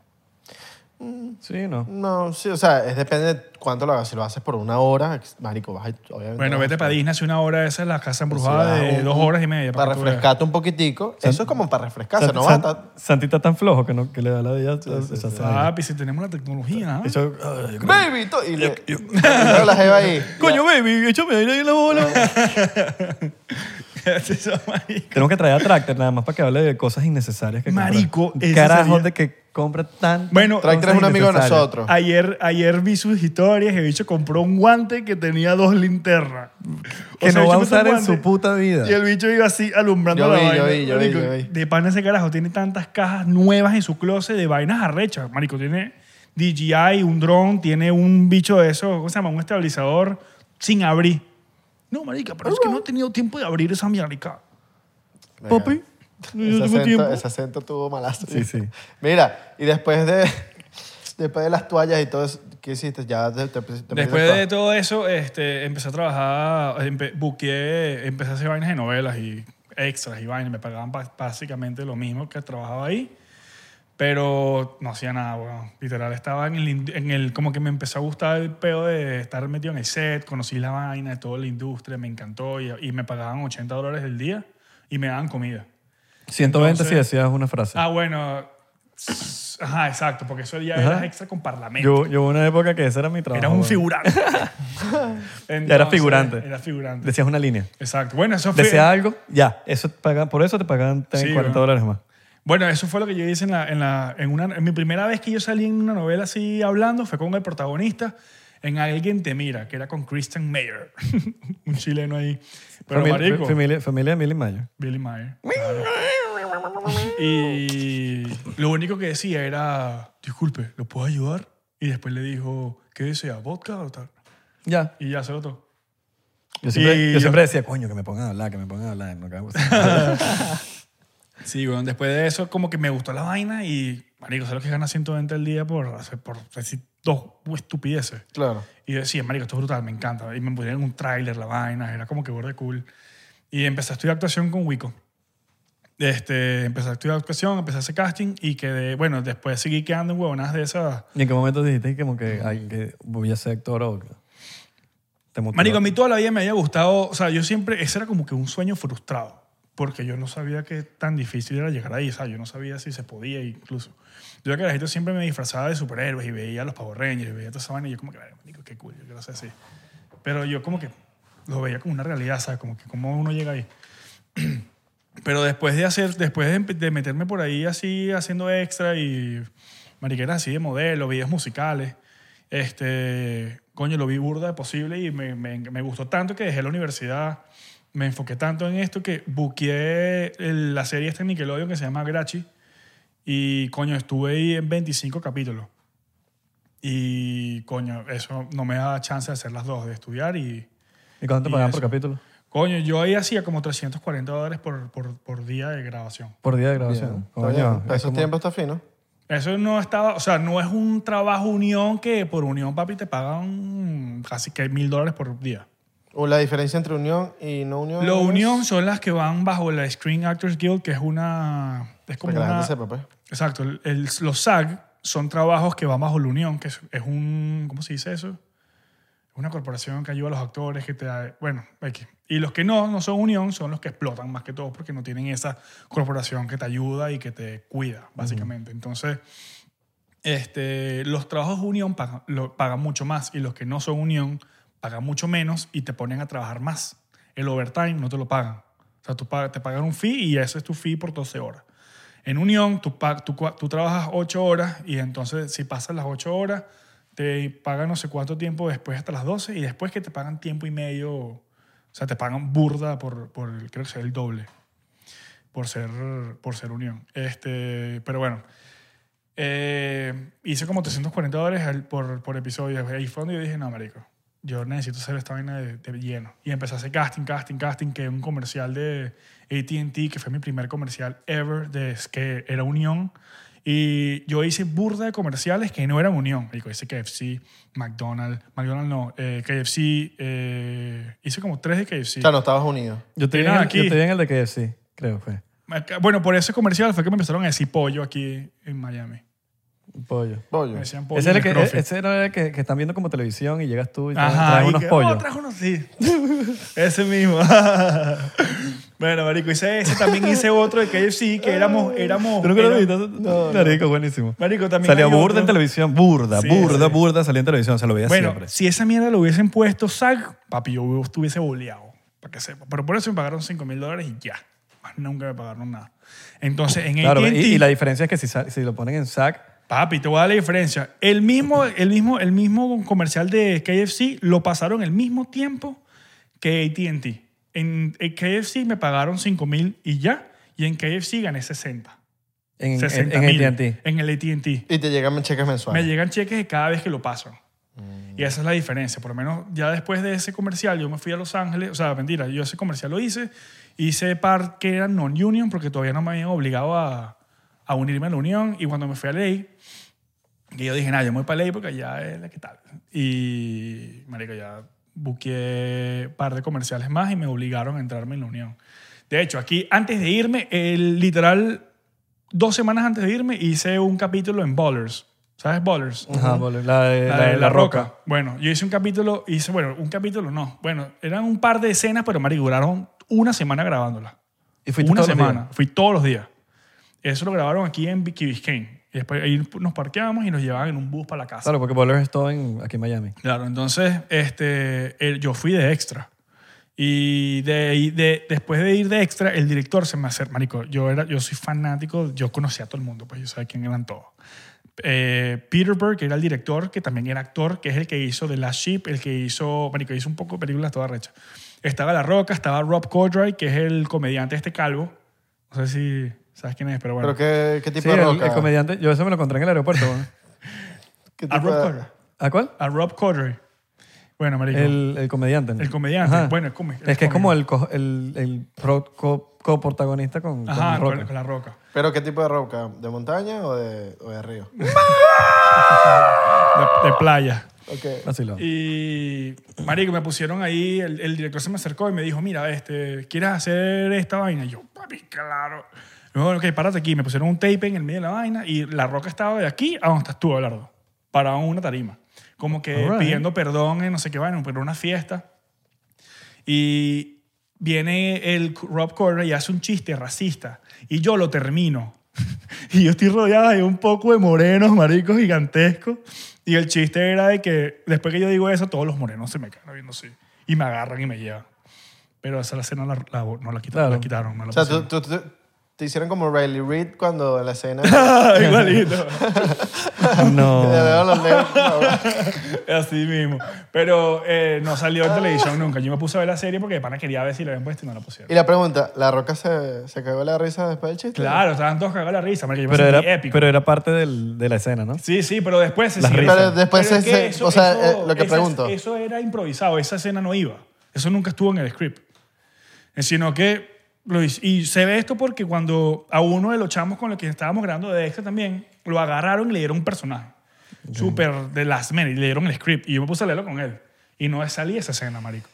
Speaker 2: Sí, ¿no?
Speaker 3: No, sí, o sea, es depende de cuánto lo hagas. Si lo haces por una hora, ex- marico, vas a, obviamente.
Speaker 1: Bueno,
Speaker 3: vas a-
Speaker 1: vete para Disney hace una hora, esa es la casa
Speaker 3: si
Speaker 1: embrujada
Speaker 3: vas
Speaker 1: de
Speaker 3: Pues un-
Speaker 1: dos horas y media.
Speaker 3: Para
Speaker 1: que tú veas.
Speaker 3: refrescarte un poquitico. Eso es como para refrescarse,
Speaker 2: Sant-
Speaker 3: ¿no?
Speaker 2: Sant-
Speaker 3: Vas a-
Speaker 2: Santita tan flojo que, no, que le da la vida. echarse
Speaker 3: Ah.
Speaker 2: aire.
Speaker 1: Papi, si tenemos la tecnología, ¿ah?
Speaker 2: Eso- ay, yo creo-
Speaker 3: Baby, to- y le, y luego la jeva ahí.
Speaker 2: Coño, baby, échame aire en la bola.
Speaker 1: Eso, marico.
Speaker 2: Tenemos que traer a Tractor nada más para que hable de cosas innecesarias que compra.
Speaker 1: Marico, ese
Speaker 2: Carajo
Speaker 1: sería-
Speaker 2: de que compra tan...
Speaker 1: Bueno,
Speaker 3: Tractor es un amigo de
Speaker 2: innecesarias.
Speaker 3: nosotros.
Speaker 1: ayer, ayer vi sus historias y el bicho compró un guante que tenía dos linternas.
Speaker 2: Que
Speaker 1: O sea, el
Speaker 2: no va a
Speaker 1: bicho puso
Speaker 2: usar
Speaker 1: un
Speaker 2: en su
Speaker 1: guante
Speaker 2: puta vida.
Speaker 1: Y el bicho iba así alumbrando
Speaker 3: Yo
Speaker 1: la
Speaker 3: vi,
Speaker 1: vaina.
Speaker 3: yo vi, yo vi,
Speaker 1: marico.
Speaker 3: yo vi.
Speaker 1: De pan ese carajo tiene tantas cajas nuevas en su closet de vainas arrechas. Marico, tiene, DJI, un dron, tiene un bicho de eso, ¿cómo se llama? Un estabilizador sin abrir. No, marica, pero es que no he tenido tiempo de abrir esa mierda. Papi, no, yo
Speaker 3: Ese
Speaker 1: tengo
Speaker 3: acento,
Speaker 1: tiempo.
Speaker 3: ese acento tuvo malazo.
Speaker 2: Sí, sí.
Speaker 3: Mira, y después de, después de las toallas y todo eso, ¿qué hiciste? Ya te, te- te metiste
Speaker 1: Después
Speaker 3: a-
Speaker 1: de todo eso, este, empecé a trabajar, empe- buqueé, empecé a hacer vainas de novelas y extras y vainas. Me pagaban ba- básicamente lo mismo que trabajaba ahí, pero no hacía nada, weón. Literal, estaba en el, ind- en el- Como que me empezó a gustar el pedo de estar metido en el set, conocí la vaina de toda la industria, me encantó y, y me pagaban 80 dólares el día y me daban comida.
Speaker 2: 120 si
Speaker 1: Entonces-
Speaker 2: decías una frase.
Speaker 1: Ah, bueno. Ajá, exacto, porque eso ya
Speaker 2: Ajá.
Speaker 1: era extra con parlamento.
Speaker 2: yo, yo hubo una época que ese era mi trabajo.
Speaker 1: Era un
Speaker 2: güey.
Speaker 1: figurante. Entonces,
Speaker 2: figurante.
Speaker 1: Era figurante.
Speaker 2: Decías una línea.
Speaker 1: Exacto. Bueno, eso fue.
Speaker 2: Decías algo, ya. Eso te pagan, por eso te pagan ten-
Speaker 1: Sí,
Speaker 2: 40
Speaker 1: güey.
Speaker 2: dólares más.
Speaker 1: Bueno, eso fue lo que yo hice en, la, en, la, en, una, en mi primera vez que yo salí en una novela así hablando, fue con el protagonista en Alguien te mira, que era con Christian Mayer, un chileno ahí. Pero
Speaker 2: Famili-
Speaker 1: marico,
Speaker 2: fa- familia, familia de Milly Mayo.
Speaker 1: Billy Mayer. claro. Y lo único que decía era, disculpe, ¿lo puedo ayudar? Y después le dijo, ¿qué desea? ¿Vodka o tal?
Speaker 2: Ya.
Speaker 1: Y ya se lo tomó.
Speaker 2: Yo siempre,
Speaker 1: Y
Speaker 2: yo
Speaker 1: yo-
Speaker 2: siempre decía, coño, que me pongan a hablar, que me pongan a hablar. No, cago en-
Speaker 1: Sí, weón. Después de eso, como que me gustó la vaina y, marico, ¿sabes lo que gana 120 al día por, hacer- por decir dos estupideces?
Speaker 3: Claro.
Speaker 1: Y yo decía, marico, esto es brutal, me encanta. Y me pusieron un tráiler, la vaina, era como que borde cool. Y empecé a estudiar actuación con Wico. Este, empecé a estudiar actuación, empecé a hacer casting y quedé, bueno, después seguí quedando en huevonadas de esas.
Speaker 2: ¿Y en qué momento dijiste como que, ay, que voy a ser actor o que te motivó?
Speaker 1: Marico, a mí toda la vida me había gustado, o sea, yo siempre, ese era como que un sueño frustrado, porque yo no sabía que tan difícil era llegar ahí, o sea, yo no sabía si se podía incluso. Yo que la gente siempre me disfrazaba de superhéroes y veía a los Power Rangers y veía toda esa vaina y yo como que, "Verga, marico, qué cool, yo quiero ser así. Pero yo como que lo veía como una realidad, ¿sabes? Como que cómo uno llega ahí. Pero después de hacer, después de, empe- de meterme por ahí así, haciendo extra y mariqueras así de modelo, videos musicales, este, coño, lo vi burda de posible y me, me- me gustó tanto que dejé la universidad, me enfoqué tanto en esto que buqueé el- la serie esta en Nickelodeon que se llama Grachi y coño, estuve ahí en 25 capítulos. Y coño, eso no me da chance de hacer las dos, de estudiar y,
Speaker 2: ¿Y cuánto te
Speaker 1: y
Speaker 2: pagaban
Speaker 1: eso.
Speaker 2: por capítulo?
Speaker 1: Coño, yo ahí hacía como 340 dólares por, por, por día de grabación.
Speaker 2: Por día de
Speaker 3: Bien.
Speaker 2: grabación.
Speaker 3: Está bien.
Speaker 2: Coño.
Speaker 3: Para
Speaker 2: es
Speaker 3: esos
Speaker 2: como-
Speaker 3: tiempos está fino.
Speaker 1: Eso no estaba, o sea, no es un trabajo unión que por unión, papi, te pagan casi que mil dólares por día.
Speaker 3: O la diferencia entre unión y no unión.
Speaker 1: Lo
Speaker 3: es-
Speaker 1: unión son las que van bajo la Screen Actors Guild, que es una... Es como
Speaker 3: Para que la
Speaker 1: una,
Speaker 3: gente sepa, pues.
Speaker 1: Exacto. el- el- los SAG son trabajos que van bajo la unión, que es, es un... ¿Cómo se dice eso? Es una corporación que ayuda a los actores, que te da... Bueno, X. Y los que no, no son unión, son los que explotan más que todo porque no tienen esa corporación que te ayuda y que te cuida, básicamente. Entonces, este, los trabajos unión pagan, lo- pagan mucho más y los que no son unión pagan mucho menos y te ponen a trabajar más. El overtime no te lo pagan. O sea, tú pag- te pagan un fee y ese es tu fee por 12 horas. En unión, tú, pa- tú, cua- tú trabajas 8 horas y entonces si pasas las 8 horas, te pagan no sé cuánto tiempo después hasta las 12 y después que te pagan tiempo y medio, o sea, te pagan burda por, por el- creo que es el doble, por ser, por ser unión. Este, pero bueno, eh, hice como 340 dólares al- por, por episodio. Ahí fue donde yo dije, no, marico, yo necesito hacer esta vaina de, de lleno. Y empecé a hacer casting, casting, casting, que un comercial de AT&T, que fue mi primer comercial ever, de, que era Unión. Y yo hice burda de comerciales que no eran Unión. Marico, hice KFC, McDonald's, McDonald's no, eh, KFC, eh, hice como tres de KFC.
Speaker 3: O sea, no estabas unido.
Speaker 2: Yo te, vi en
Speaker 1: Nada,
Speaker 2: el, yo
Speaker 1: aquí.
Speaker 2: te vi en el de KFC, creo fue.
Speaker 1: Bueno, por ese comercial fue que me empezaron a decir pollo aquí en Miami.
Speaker 2: Un pollo.
Speaker 1: Me
Speaker 3: Pollo.
Speaker 1: decían pollo.
Speaker 2: Ese,
Speaker 1: en
Speaker 2: era
Speaker 1: el
Speaker 2: el que,
Speaker 1: CrossFit.
Speaker 2: ese era el que, que están viendo como televisión y llegas tú y traes,
Speaker 1: Ajá,
Speaker 2: traes
Speaker 1: y
Speaker 2: unos
Speaker 1: que, oh,
Speaker 2: pollos.
Speaker 1: trajo unos- sí. ese mismo. bueno, marico, hice ese. También hice otro de KFC que éramos... éramos
Speaker 2: ¿Tú nunca lo
Speaker 1: era-
Speaker 2: viste? Marico, buenísimo.
Speaker 1: Marico, también
Speaker 2: Salía
Speaker 1: hay
Speaker 2: burda
Speaker 1: otro.
Speaker 2: en televisión, burda,
Speaker 1: Sí,
Speaker 2: burda,
Speaker 1: sí.
Speaker 2: burda, salía en televisión, se lo veía
Speaker 1: Bueno,
Speaker 2: siempre.
Speaker 1: si esa mierda lo hubiesen puesto SAG, papi, yo estuviese boleado. Para que sepa. Pero por eso me pagaron 5 mil dólares y ya. Más nunca me pagaron nada. Entonces, en
Speaker 2: Claro, y,
Speaker 1: AT&T...
Speaker 2: y la diferencia es que si, sa- si lo ponen en SAC,
Speaker 1: Papi, te voy a dar la diferencia. El mismo, el mismo, el mismo comercial de KFC lo pasaron el mismo tiempo que ATT. En en KFC me pagaron 5 mil y ya, y en KFC gané 60.
Speaker 2: en, en-
Speaker 1: 60
Speaker 2: en
Speaker 1: mil
Speaker 2: AT&T.
Speaker 1: en el AT&T.
Speaker 3: Y te llegan cheques
Speaker 1: Me
Speaker 3: mensuales.
Speaker 1: llegan cheques de cada vez que lo paso.
Speaker 2: Mm.
Speaker 1: Y esa es la diferencia. Por lo menos ya después de ese comercial, yo me fui a Los Ángeles. O sea, mentira, yo ese comercial lo hice. Hice par que era non-union porque todavía no me habían obligado a, a unirme a la unión. Y cuando me fui a ley, y yo dije, nada, yo me voy para ley porque allá es la que tal. Y, marico, ya buqué un par de comerciales más y me obligaron a entrarme en la unión. De hecho, aquí, antes de irme, el, literal, dos semanas antes de irme, hice un capítulo en Ballers. ¿Sabes Ballers?
Speaker 2: Ajá, vale, la de
Speaker 1: La, de la roca. Bueno, yo hice un capítulo, hice, bueno, un capítulo no. Bueno, eran un par de escenas, pero marico, duraron una semana grabándola.
Speaker 2: Y fuiste
Speaker 1: una
Speaker 2: todos los
Speaker 1: semana.
Speaker 2: días.
Speaker 1: Fui todos los días. Eso lo grabaron aquí en Vicky Biscayne. Y después ahí nos parqueamos y nos llevaban en un bus para la casa.
Speaker 2: Claro, porque Bowler es todo en, aquí en Miami.
Speaker 1: Claro, entonces este, el- yo fui de extra. Y de, y de- después de ir de extra, el director se me acercó. Marico, yo, era, yo soy fanático, yo conocía a todo el mundo, pues yo sabía quién eran todos. Eh, Peter Berg, que era el director, que también era actor, que es el que hizo The Last Ship, el que hizo, marico, hizo un poco de películas toda recha. Estaba La Roca, estaba Rob Corddry, que es el comediante este calvo. No sé si sabes quién es, pero bueno.
Speaker 3: ¿Pero qué, qué tipo
Speaker 2: Sí,
Speaker 3: de
Speaker 2: el,
Speaker 3: roca?
Speaker 2: el comediante, yo eso me lo encontré en el aeropuerto. ¿no?
Speaker 3: ¿Qué
Speaker 1: a,
Speaker 3: tipo
Speaker 1: Rob
Speaker 3: de-
Speaker 1: Corddry,
Speaker 2: ¿A cuál?
Speaker 1: a Rob Corddry. Bueno, marico.
Speaker 2: El, el comediante. ¿no?
Speaker 1: El comediante.
Speaker 2: Ajá.
Speaker 1: Bueno, el come- el
Speaker 2: es que es
Speaker 1: cómico.
Speaker 2: como el, co- el, el pro- co- coprotagonista con, con
Speaker 1: Ajá,
Speaker 2: Roca.
Speaker 1: con, con La Roca.
Speaker 3: ¿Pero qué tipo de roca? ¿De montaña o de, o de río?
Speaker 1: de, de playa.
Speaker 3: Ok.
Speaker 2: Vacilón.
Speaker 1: Y, marico, me pusieron ahí, el, el director se me acercó y me dijo, mira, este, ¿quieres hacer esta vaina? Y yo, papi, claro. Y me dijo, ok, párate aquí. Me pusieron un tape en el medio de la vaina y la roca estaba de aquí a donde estás tú, Abelardo. Parado en una tarima. Como que
Speaker 2: Alright.
Speaker 1: pidiendo perdón en no sé qué vaina, pero una fiesta. Y viene el Rob Corddry y hace un chiste racista. Y yo lo termino. y yo estoy rodeada de un poco de morenos, maricos, gigantescos. Y el chiste era de que después que yo digo eso, todos los morenos se me quedan viendo así. Y me agarran y me llevan. Pero esa la escena la, la- no la quitaron.
Speaker 2: Claro.
Speaker 1: La quitaron no la
Speaker 3: O sea, tú,
Speaker 1: pusieron.
Speaker 3: tú- tú- te hicieron como Riley Reid cuando en la escena...
Speaker 1: Igualito.
Speaker 3: Te
Speaker 2: No.
Speaker 3: veo los dedos, por favor.
Speaker 1: Así mismo. Pero eh, no salió
Speaker 2: Ah.
Speaker 1: en televisión nunca. Yo me puse a ver la serie porque de pana quería ver si la habían puesto y no la pusieron.
Speaker 2: Eh,
Speaker 3: Y la pregunta, ¿la roca se, se cagó la risa después del chiste?
Speaker 1: Claro, estaban todos cagados de la risa. marico, yo me
Speaker 2: Pero
Speaker 1: sentí
Speaker 2: era,
Speaker 1: épico.
Speaker 2: pero era parte del- de la escena, ¿no?
Speaker 1: Sí, sí, pero después se
Speaker 2: Las
Speaker 1: siguió-
Speaker 2: risas.
Speaker 3: Pero después
Speaker 1: Pero es
Speaker 3: se-
Speaker 1: que
Speaker 3: se- o sea, eh, lo que
Speaker 1: esa-
Speaker 3: pregunto.
Speaker 1: Eso era improvisado, esa escena no iba. Eso nunca estuvo en el script. Eh, Sino que lo hice- Y se ve esto porque cuando a uno de los chamos con los que estábamos grabando de extra también, lo agarraron y le dieron un personaje. Súper de las men, y le dieron el script. Y yo me puse a leerlo con él. Y no salía esa escena, marico.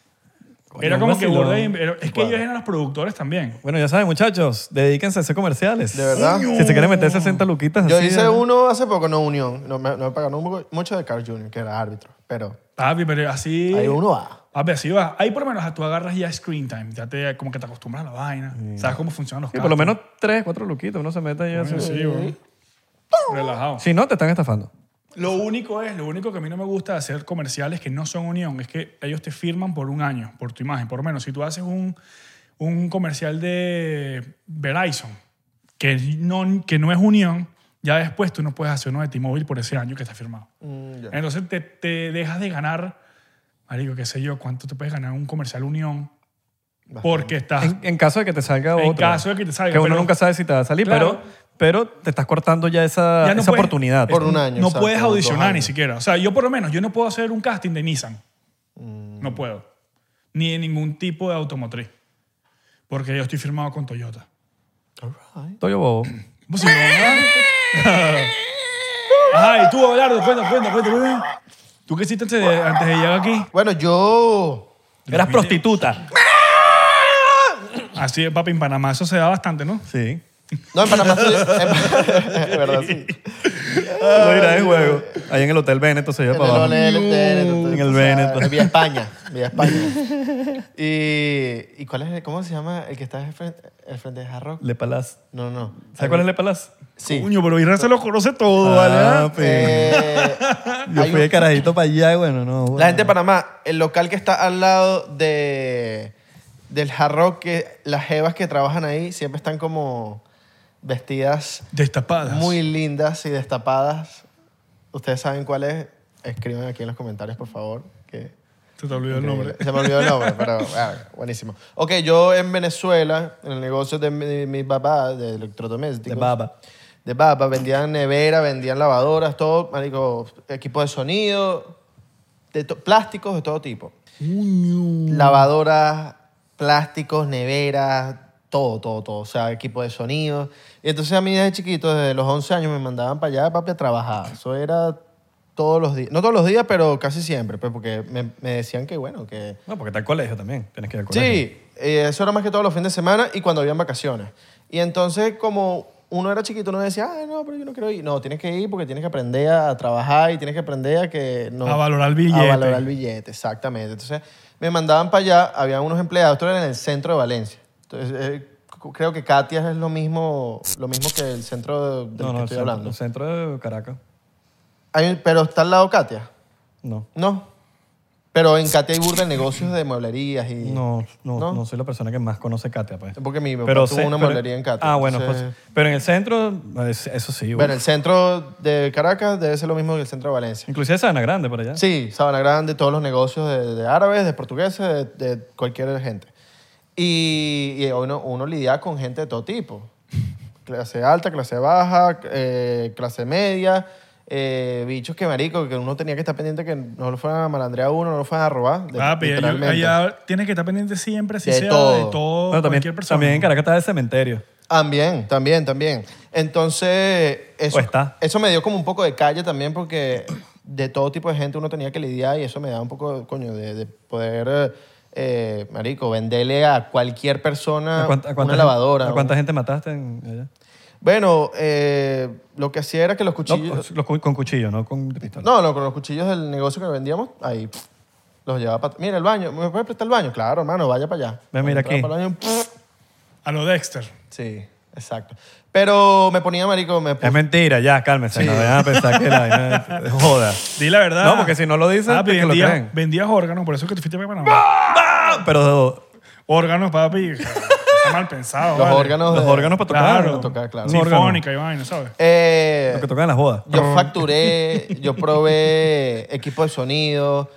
Speaker 2: Coño,
Speaker 1: Era como que
Speaker 2: vacilón.
Speaker 1: burde- pero Es que ellos eran los productores también.
Speaker 2: Bueno, ya saben, muchachos, dedíquense a hacer comerciales.
Speaker 3: ¿De verdad?
Speaker 2: Si se quieren meter 60 luquitas
Speaker 3: Yo
Speaker 2: así,
Speaker 3: hice
Speaker 2: ¿no?
Speaker 3: uno hace poco, no unión. No me, no me pagaron mu- mucho de Carl Jr., que era árbitro. Pero
Speaker 1: Papi, pero así...
Speaker 3: hay uno A.
Speaker 1: Papi, así va. Ahí por lo menos tú agarras ya screen time. Ya te, como que te acostumbras a la vaina. Sabes cómo funcionan los
Speaker 2: Sí, por lo menos 3, 4 luquitas, uno se mete ahí.
Speaker 1: castings.
Speaker 2: así.
Speaker 1: Sí, güey. Relajado.
Speaker 2: Si no, te están estafando.
Speaker 1: Lo único es, lo único que a mí no me gusta de hacer comerciales que no son unión es que ellos te firman por un año, por tu imagen. Por lo menos si tú haces un, un comercial de Verizon que no, que no es unión, ya después tú no puedes hacer uno de T-Mobile por ese año que está firmado.
Speaker 3: Mm, ya.
Speaker 1: Entonces te, te dejas de ganar, marico, qué sé yo, cuánto te puedes ganar en un comercial unión
Speaker 3: Bastante.
Speaker 1: porque estás
Speaker 2: En, en caso de que te salga otro.
Speaker 1: Ah. En caso de que te salga.
Speaker 2: Que uno
Speaker 1: pero
Speaker 2: nunca sabe si te va a salir,
Speaker 1: Claro.
Speaker 2: pero, pero te estás cortando ya esa,
Speaker 1: ya no
Speaker 2: esa
Speaker 1: puedes-
Speaker 2: oportunidad.
Speaker 3: Por un año,
Speaker 1: No
Speaker 3: exacto,
Speaker 1: puedes
Speaker 3: dos
Speaker 1: audicionar ni
Speaker 3: años.
Speaker 1: siquiera. O sea, yo por lo menos, yo no puedo hacer un casting de Nissan.
Speaker 3: Mm.
Speaker 1: No puedo. Ni de ningún tipo de automotriz. Porque yo estoy firmado con Toyota. Pues
Speaker 2: Toyo Bobo.
Speaker 1: ¿Cómo se llama? Ajá, y tú, Abelardo, cuenta, cuenta, cuenta, cuenta. ¿Tú qué hiciste antes de, antes de llegar aquí?
Speaker 3: Bueno, yo...
Speaker 2: Eras prostituta.
Speaker 1: Así, papi, en Panamá eso se da bastante, ¿no?
Speaker 2: Sí.
Speaker 3: No, en Panamá estoy... en- verdad, sí.
Speaker 2: Lo dirás en juego. Ahí en el Hotel Benetton se lleva
Speaker 3: En
Speaker 2: para
Speaker 3: el
Speaker 2: abajo.
Speaker 3: OLL, tú-
Speaker 2: En el
Speaker 3: tú
Speaker 2: Benetton.
Speaker 3: sabes, Vía España. Vía España. y, ¿Y cuál es? el- ¿Cómo se llama el que está al frente, al frente de Hard Rock?
Speaker 2: Le Palaz.
Speaker 3: No, no.
Speaker 2: ¿Sabes cuál es Le Palaz?
Speaker 3: Sí.
Speaker 1: Coño, pero Irán se lo conoce todo,
Speaker 2: Ah,
Speaker 1: ¿vale?
Speaker 2: pe-
Speaker 3: Eh,
Speaker 2: Yo
Speaker 3: hay
Speaker 2: fui de
Speaker 3: un-
Speaker 2: carajito para allá y bueno, no. bueno.
Speaker 3: La gente de Panamá, el local que está al lado de, del Hard Rock, que las jevas que trabajan ahí siempre están como vestidas
Speaker 1: Destapadas.
Speaker 3: muy lindas y destapadas. Ustedes saben cuál es. Escriban aquí en los comentarios, por favor. Que
Speaker 1: Se te olvidó el nombre.
Speaker 3: Se me olvidó el nombre, pero ah, buenísimo. Ok, yo en Venezuela, en el negocio de mi, mi papá, de
Speaker 2: De
Speaker 3: electrodomésticos.
Speaker 2: baba.
Speaker 3: de papas, vendían nevera, vendían lavadoras, todo, marico, equipo de sonido, de to- plásticos de todo tipo. Lavadoras, plásticos, neveras, todo, todo, todo. O sea, equipo de sonido. Y entonces a mí desde chiquito, desde los 11 años, me mandaban para allá, papi, a trabajar. Eso era todos los días. No todos los días, pero casi siempre. Pues porque me, me decían que, bueno, que...
Speaker 2: No, porque está el colegio también. Tienes que ir al colegio.
Speaker 3: Sí, eh, eso era más que todos los fines de semana y cuando habían vacaciones. Y entonces, como uno era chiquito, uno decía, ay, no, pero yo no quiero ir. No, tienes que ir porque tienes que aprender a trabajar y tienes que aprender a que... No,
Speaker 1: A valorar el billete.
Speaker 3: A valorar el billete, exactamente. Entonces, me mandaban para allá, había unos empleados, esto era en el centro de Valencia. Entonces, eh, c- creo que Catias es lo mismo, lo mismo que el centro de- del
Speaker 2: No,
Speaker 3: que
Speaker 2: no, el
Speaker 3: estoy
Speaker 2: centro,
Speaker 3: hablando.
Speaker 2: el centro de Caracas.
Speaker 3: Hay un- pero está al lado Catias,
Speaker 2: No.
Speaker 3: ¿no? Pero en Catias hay burda de negocios de mueblerías y...
Speaker 2: No, no,
Speaker 3: ¿No?
Speaker 2: no, soy la persona que más conoce Katia, pues.
Speaker 3: Porque mi papá
Speaker 2: Pero
Speaker 3: tuvo
Speaker 2: sé-
Speaker 3: una
Speaker 2: pero-
Speaker 3: mueblería en Catias.
Speaker 2: Ah, bueno,
Speaker 3: entonces-
Speaker 2: pues, pero en el centro, es- eso sí.
Speaker 3: Bueno,
Speaker 2: uf.
Speaker 3: el centro de Caracas debe ser lo mismo que el centro de Valencia.
Speaker 2: Inclusive Sabana Grande para allá.
Speaker 3: Sí, Sabana Grande, todos los negocios de, de árabes, de portugueses, de, de cualquier gente. Y, y uno, uno lidia con gente de todo tipo. Clase alta, clase baja, eh, clase media, eh, bichos que marico, que uno tenía que estar pendiente que no lo fueran a malandrear a uno, no lo fueran a robar.
Speaker 1: Papi,
Speaker 3: de-
Speaker 1: Ah, ahí-
Speaker 3: literalmente.
Speaker 1: allá tienes que estar pendiente siempre, si
Speaker 3: De
Speaker 1: sea
Speaker 3: todo.
Speaker 1: de todo,
Speaker 2: Bueno, también,
Speaker 1: cualquier persona.
Speaker 2: también en Caracas está el cementerio.
Speaker 3: También, también, también. Entonces, eso,
Speaker 2: O está.
Speaker 3: eso me dio como un poco de calle también porque de todo tipo de gente uno tenía que lidiar y eso me da un poco, coño, de, de poder, eh, eh, marico, venderle a cualquier persona
Speaker 2: ¿A cuánta, a cuánta
Speaker 3: Ah, una lavadora.
Speaker 2: Gente, ¿A cuánta gente mataste en- allá?
Speaker 3: Bueno, eh, lo que hacía era que los
Speaker 2: No,
Speaker 3: cuchillos...
Speaker 2: los cu- con cuchillo, no con pistola.
Speaker 3: No, no, con los cuchillos del negocio que vendíamos, ahí pf, los llevaba para... Mira, el baño, ¿me puedes prestar el baño? Claro, hermano, vaya para allá.
Speaker 2: Ven, mira
Speaker 3: Entraba
Speaker 2: aquí.
Speaker 3: para el baño, pf,
Speaker 1: A lo Dexter.
Speaker 3: sí, exacto. Pero me ponía, marico, me
Speaker 2: Es mentira, ya, cálmese.
Speaker 3: Sí.
Speaker 2: No vayan a pensar que la vaina es joda.
Speaker 1: Di la verdad.
Speaker 2: No, porque si no lo dices,
Speaker 1: Papi,
Speaker 2: que lo
Speaker 1: vendías-
Speaker 2: creen.
Speaker 1: vendías órganos, por eso es que te fuiste para Panamá.
Speaker 2: Ah, Pero
Speaker 1: Órganos, papi. Está mal pensado.
Speaker 3: Los
Speaker 1: vale.
Speaker 3: órganos.
Speaker 2: los
Speaker 3: de-
Speaker 2: órganos para tocar.
Speaker 1: Claro.
Speaker 2: ¿no?
Speaker 3: Tocar, claro.
Speaker 2: Un órgano.
Speaker 1: Sinfónica y vaina, ¿sabes?
Speaker 3: Eh,
Speaker 2: Lo que tocan en las bodas.
Speaker 3: yo facturé, yo probé equipo de sonido,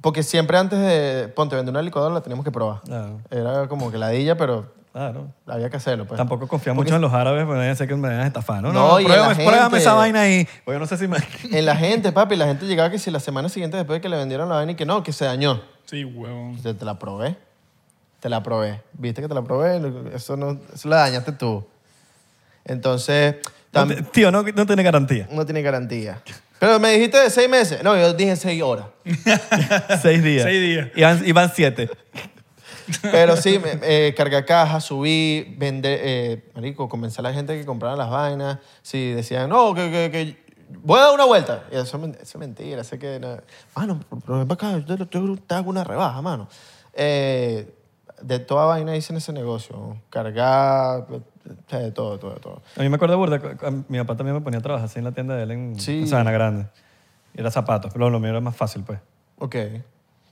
Speaker 3: porque siempre antes de, ponte, vender una licuadora la teníamos que probar.
Speaker 2: Claro,
Speaker 3: Era como que ladilla, pero
Speaker 2: claro.
Speaker 3: había que hacerlo. Pues.
Speaker 2: Tampoco confía mucho en los árabes porque deben ser que me van a estafar. No,
Speaker 3: No,
Speaker 2: no,
Speaker 3: y en la
Speaker 2: pruébame,
Speaker 3: gente.
Speaker 2: pruébame esa vaina ahí. Porque yo no sé si me...
Speaker 3: En la gente, papi, la gente llegaba que si la semana siguiente después de que le vendieron la vaina y que no, que se dañó.
Speaker 1: Sí, huevón.
Speaker 3: Te, te la probé. Te la probé. Viste que te la probé. Eso, no, eso la dañaste tú. Entonces, tam-
Speaker 2: Tío, no, no tiene garantía.
Speaker 3: no tiene garantía. Pero me dijiste de seis meses. No, yo dije seis horas.
Speaker 2: Seis días.
Speaker 1: Seis días.
Speaker 2: Y van, y van siete.
Speaker 3: Pero sí, me, eh, cargué cajas, subí, vender, eh, marico, convencí a la gente que comprara las vainas. Si decían, no, que, que, que voy a dar una vuelta. Y eso, es men- eso es mentira, sé que... No. Mano, pero ven para acá, yo, yo te hago una rebaja, mano. Eh, de toda vaina hice en ese negocio. Cargar, eh, de todo, de todo, de todo.
Speaker 2: A mí me acuerdo burda, cu- cu- mi papá también me ponía a trabajar así en la tienda de él en,
Speaker 3: Sí.
Speaker 2: en Sabana Grande. Era zapatos, pero lo mío era más fácil, pues.
Speaker 3: Ok.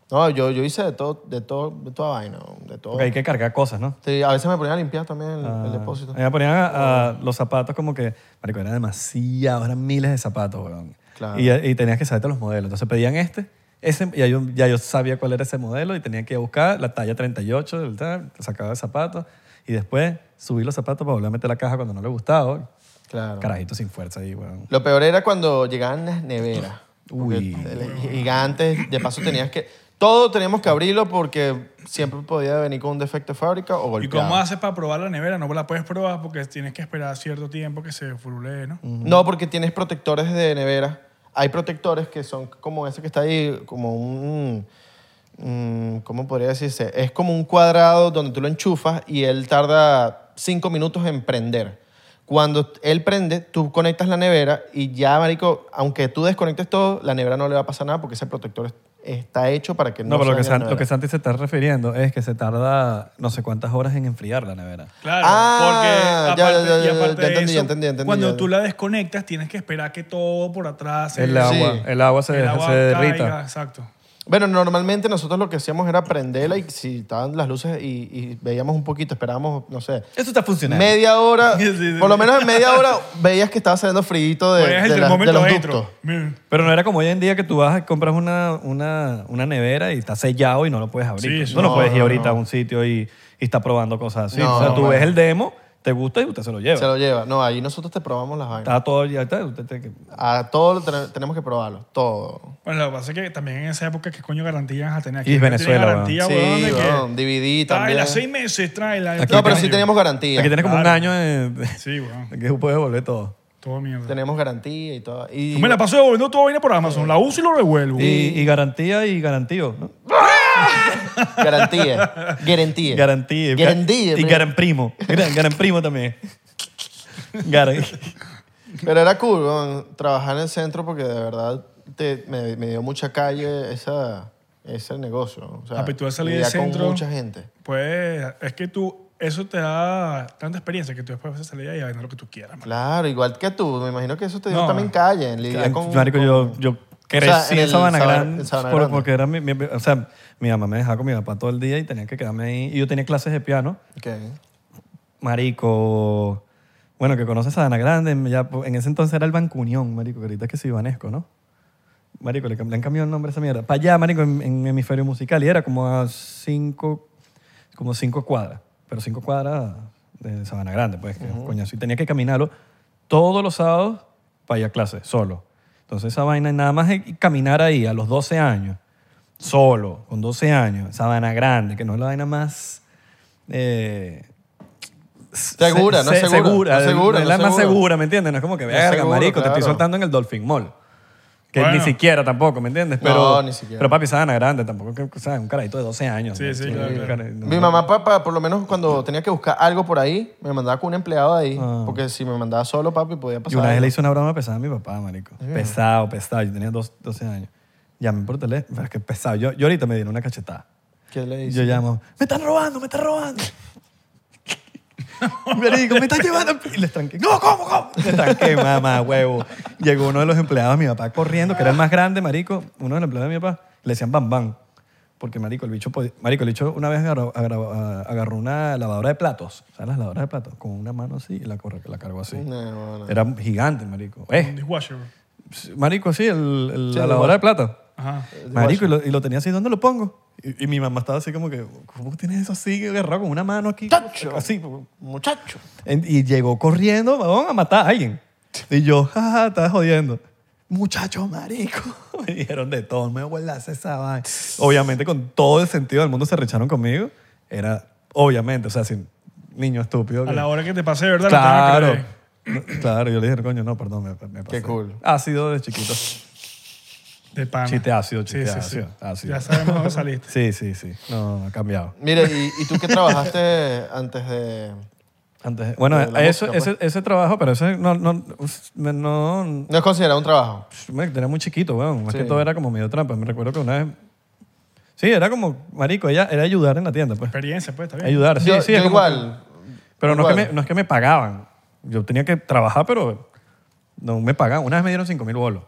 Speaker 3: No, yo, yo hice de todo, de todo, de toda vaina, de todo.
Speaker 2: Porque hay que cargar cosas, ¿no?
Speaker 3: Sí, a veces me ponían a limpiar también el,
Speaker 2: Ah,
Speaker 3: el depósito.
Speaker 2: a mí me ponían a- a los zapatos como que, marico, eran demasiados, eran miles de zapatos, weón.
Speaker 3: Claro.
Speaker 2: Y, y tenías que saberte los modelos. Entonces pedían este, ese, y ya yo, ya yo sabía cuál era ese modelo y tenía que ir a buscar la talla 38, del tal, sacaba el zapato y después subir los zapatos para volver a meter la caja cuando no le gustaba.
Speaker 3: Claro.
Speaker 2: Carajito sin fuerza ahí, weón.
Speaker 3: Lo peor era cuando llegaban las neveras. Porque
Speaker 2: Uy.
Speaker 3: el- Gigantes. De paso tenías que... Todo teníamos que abrirlo porque siempre podía venir con un defecto de fábrica o
Speaker 1: ¿Y
Speaker 3: golpeado.
Speaker 1: cómo haces para probar la nevera? No la puedes probar porque tienes que esperar cierto tiempo que se furulee, ¿no?
Speaker 3: No, porque tienes protectores de nevera. Hay protectores que son como ese que está ahí, como un... mm, ¿Cómo podría decirse? Es como un cuadrado donde tú lo enchufas y él tarda cinco minutos en prender. Cuando él prende, tú conectas la nevera y ya, marico, aunque tú desconectes todo, la nevera no le va a pasar nada porque ese protector es- está hecho para que no,
Speaker 2: No, pero lo
Speaker 3: se
Speaker 2: que,
Speaker 3: dañe la
Speaker 2: San- lo que
Speaker 3: nevera.
Speaker 2: Santi se está refiriendo es que se tarda no sé cuántas horas en enfriar la nevera.
Speaker 1: Claro,
Speaker 3: Ah,
Speaker 1: porque
Speaker 3: ya,
Speaker 1: aparte,
Speaker 3: ya, ya,
Speaker 1: y aparte
Speaker 3: ya entendí,
Speaker 1: de
Speaker 3: ya
Speaker 1: eso,
Speaker 3: entendí, ya entendí,
Speaker 1: cuando
Speaker 3: ya.
Speaker 1: tú la desconectas tienes que esperar que todo por atrás se-
Speaker 2: El agua,
Speaker 3: Sí.
Speaker 2: el agua se,
Speaker 1: el agua
Speaker 2: se derrita.
Speaker 1: caiga, exacto.
Speaker 3: Bueno, normalmente nosotros lo que hacíamos era prenderla y si estaban las luces y, y veíamos un poquito, esperábamos, no sé,
Speaker 2: Eso está funcionando.
Speaker 3: media hora,
Speaker 1: Sí, sí, sí.
Speaker 3: por lo menos en media hora veías que estaba saliendo frío
Speaker 1: Ponías
Speaker 3: de,
Speaker 1: el
Speaker 3: de la- de
Speaker 1: termómetro
Speaker 3: los ductos.
Speaker 1: adentro. Mira.
Speaker 2: Pero no era como hoy en día que tú vas y compras una, una, una nevera y está sellado y no lo puedes abrir.
Speaker 1: Sí,
Speaker 2: Tú
Speaker 1: sí.
Speaker 2: no,
Speaker 3: No,
Speaker 2: puedes ir
Speaker 3: no,
Speaker 2: ahorita a
Speaker 3: no.
Speaker 2: un sitio y, y está probando cosas así.
Speaker 3: No,
Speaker 2: o sea, tú
Speaker 3: no,
Speaker 2: ves
Speaker 3: no.
Speaker 2: el demo, te gusta y usted se lo lleva.
Speaker 3: Se lo lleva. No, ahí nosotros te probamos las vainas.
Speaker 2: Está todo ya está, usted te-
Speaker 3: A todo lo ten- tenemos que probarlo, todo.
Speaker 1: Bueno, lo que pasa es que también en esa época, ¿qué coño garantías vas a tener?
Speaker 2: Y
Speaker 1: Aquí
Speaker 2: es
Speaker 1: no
Speaker 2: Venezuela,
Speaker 1: tiene garantía,
Speaker 3: Sí,
Speaker 1: weón, de que
Speaker 3: weón, DVD
Speaker 1: tráela
Speaker 3: también.
Speaker 1: seis meses, tráela.
Speaker 2: Aquí
Speaker 1: Todo
Speaker 3: No, pero
Speaker 1: coño.
Speaker 3: sí tenemos garantía.
Speaker 2: Aquí tienes como un
Speaker 1: Claro.
Speaker 2: año de, de-
Speaker 1: Sí, weón.
Speaker 2: de que puedes devolver todo.
Speaker 1: Todo mierda.
Speaker 3: Tenemos garantía y todo. Y,
Speaker 1: Yo me la paso devolviendo todo vaina por Amazon. La uso y lo revuelvo.
Speaker 2: Y, y garantía y garantío, ¿no?
Speaker 3: Garantía. Garantía.
Speaker 2: Garantía. y-
Speaker 3: Garantía.
Speaker 2: Y garan primo. Gran, garan primo también. Garan-
Speaker 3: Pero era cool, weón, trabajar en el centro porque de verdad te- me, me dio mucha calle esa, ese negocio. O sea,
Speaker 1: Ah, pero tú vas a salir
Speaker 3: lidiar
Speaker 1: del centro.
Speaker 3: con mucha gente.
Speaker 1: Pues es que tú, eso te da tanta experiencia que tú después vas a salir ahí a vender lo que tú quieras. man.
Speaker 3: Claro, igual que tú. Me imagino que eso te dio
Speaker 1: No.
Speaker 3: también calle. en lidiar con,
Speaker 2: Marico, yo, yo crecí
Speaker 3: sea, en
Speaker 2: en
Speaker 3: el
Speaker 2: Sabana
Speaker 3: Sabana-
Speaker 2: Grande,
Speaker 3: en Sabana
Speaker 2: por-
Speaker 3: Grande.
Speaker 2: porque era mi, mi- o sea, mi mamá me dejaba con mi papá todo el día y tenía que quedarme ahí. Y yo tenía clases de piano.
Speaker 3: Ok.
Speaker 2: Marico, bueno, que conoces a Sabana Grande, ya, en ese entonces era el Bancuñón, marico, que ahorita es que es Ivanesco, ¿no? Marico, le, cam- le han cambiado el nombre a esa mierda. Para allá, marico, en, en hemisferio musical, y era como a cinco, como cinco cuadras, pero cinco cuadras de Sabana Grande, pues, que coñazo. Y tenía que caminarlo todos los sábados para ir a clase, solo. Entonces esa vaina, nada más e- caminar ahí a los 12 años, solo, con 12 años, Sabana Grande, que no es la vaina más... eh,
Speaker 3: Segura, no segura, no segura,
Speaker 2: es
Speaker 3: no
Speaker 2: la más
Speaker 3: segura.
Speaker 2: segura, ¿me entiendes? No es como que,
Speaker 3: No
Speaker 2: verga,
Speaker 3: seguro,
Speaker 2: marico, te estoy
Speaker 3: claro.
Speaker 2: soltando en el Dolphin Mall. Que
Speaker 1: Bueno.
Speaker 2: ni siquiera tampoco, ¿me entiendes? Pero,
Speaker 3: No, ni siquiera.
Speaker 2: Pero papi, Sabana Grande tampoco, que, o sea, un carajito de 12 años.
Speaker 1: Sí,
Speaker 2: ¿no?
Speaker 1: sí,
Speaker 2: Un
Speaker 1: claro, claro.
Speaker 2: cara- no,
Speaker 3: Mi
Speaker 2: no.
Speaker 3: mamá, papá, por lo menos cuando tenía que buscar algo por ahí, me mandaba con un empleado de ahí.
Speaker 2: Ah.
Speaker 3: Porque si me mandaba solo, papi, podía
Speaker 2: Y
Speaker 3: pasar.
Speaker 2: una vez
Speaker 3: algo.
Speaker 2: le hice una broma pesada a mi papá, marico. Pesado, pesado. Yo tenía dos- 12 años. Llamé por teléfono, pero es que pesado. Yo, yo ahorita me dieron una cachetada.
Speaker 3: ¿Qué le
Speaker 2: Y
Speaker 3: hice?
Speaker 2: yo llamo, me están robando, me están robando. Me digo, me están llevando. Y les tranqué. No, ¿cómo, cómo? Les tranqué, mamá, huevo. Llegó uno de los empleados de mi papá corriendo, que era el más grande, marico. Uno de los empleados de mi papá. Le decían bam, bam. Porque, marico, el bicho, podía- marico, el bicho una vez agarró, agarró- agarró una lavadora de platos. ¿Sabes las lavadoras de platos? Con una mano así y la, corre- la cargó así.
Speaker 3: No, no, no.
Speaker 2: Era gigante, marico.
Speaker 1: Un
Speaker 2: Eh,
Speaker 1: dishwasher.
Speaker 2: marico, sí, el, el-
Speaker 3: Sí,
Speaker 2: la
Speaker 3: el
Speaker 2: lavadora de platos.
Speaker 1: Ajá.
Speaker 2: Marico, y lo, y lo tenía así, ¿dónde lo pongo? Y, y mi mamá estaba así como que, ¿cómo tienes eso así agarrado con una mano aquí?
Speaker 3: Tacho.
Speaker 2: Así.
Speaker 3: Muchacho.
Speaker 2: En- Y llegó corriendo, vamos a matar a alguien. Y yo, jaja, estás jodiendo. Muchacho, marico. Me dijeron de todo, me vuelas esa vaina. Obviamente, con todo el sentido del mundo se recharon conmigo. Era, obviamente, o sea, sin niño estúpido.
Speaker 1: A
Speaker 2: que-
Speaker 1: la hora que te pase de verdad, no te van a
Speaker 2: Claro.
Speaker 1: creer.
Speaker 2: Claro, yo le dije, coño, no, perdón, me, me pasé.
Speaker 3: Qué cool.
Speaker 2: Ácido de chiquito.
Speaker 1: De pana.
Speaker 2: Chiste ácido,
Speaker 1: Ah, Sí,
Speaker 2: chiste
Speaker 1: sí, sí.
Speaker 2: ácido, ácido.
Speaker 1: Ya sabemos dónde saliste.
Speaker 2: Sí, sí, sí. No, no, ha cambiado.
Speaker 3: Mire, ¿y, y tú qué trabajaste antes de...?
Speaker 2: Antes, bueno, eh,
Speaker 3: Lo de la pues.
Speaker 2: eso,
Speaker 3: música,
Speaker 2: ese, ese trabajo, pero ese no, no, us- me- no,
Speaker 3: No es considerado un trabajo.
Speaker 2: me- era muy chiquito, weón. Más
Speaker 3: Sí.
Speaker 2: que todo era como medio trampa. Me recuerdo que una vez, sí, era como, marico, ella era ayudar en la tienda, pues.
Speaker 1: Experiencia, pues, está bien.
Speaker 2: Ayudar, sí,
Speaker 3: yo,
Speaker 2: sí.
Speaker 3: yo
Speaker 2: es como
Speaker 3: igual.
Speaker 2: que- pero no es, que
Speaker 3: igual.
Speaker 2: me, no es que me pagaban. Yo tenía que trabajar, pero no me pagaban. Una vez me dieron 5 mil bolos.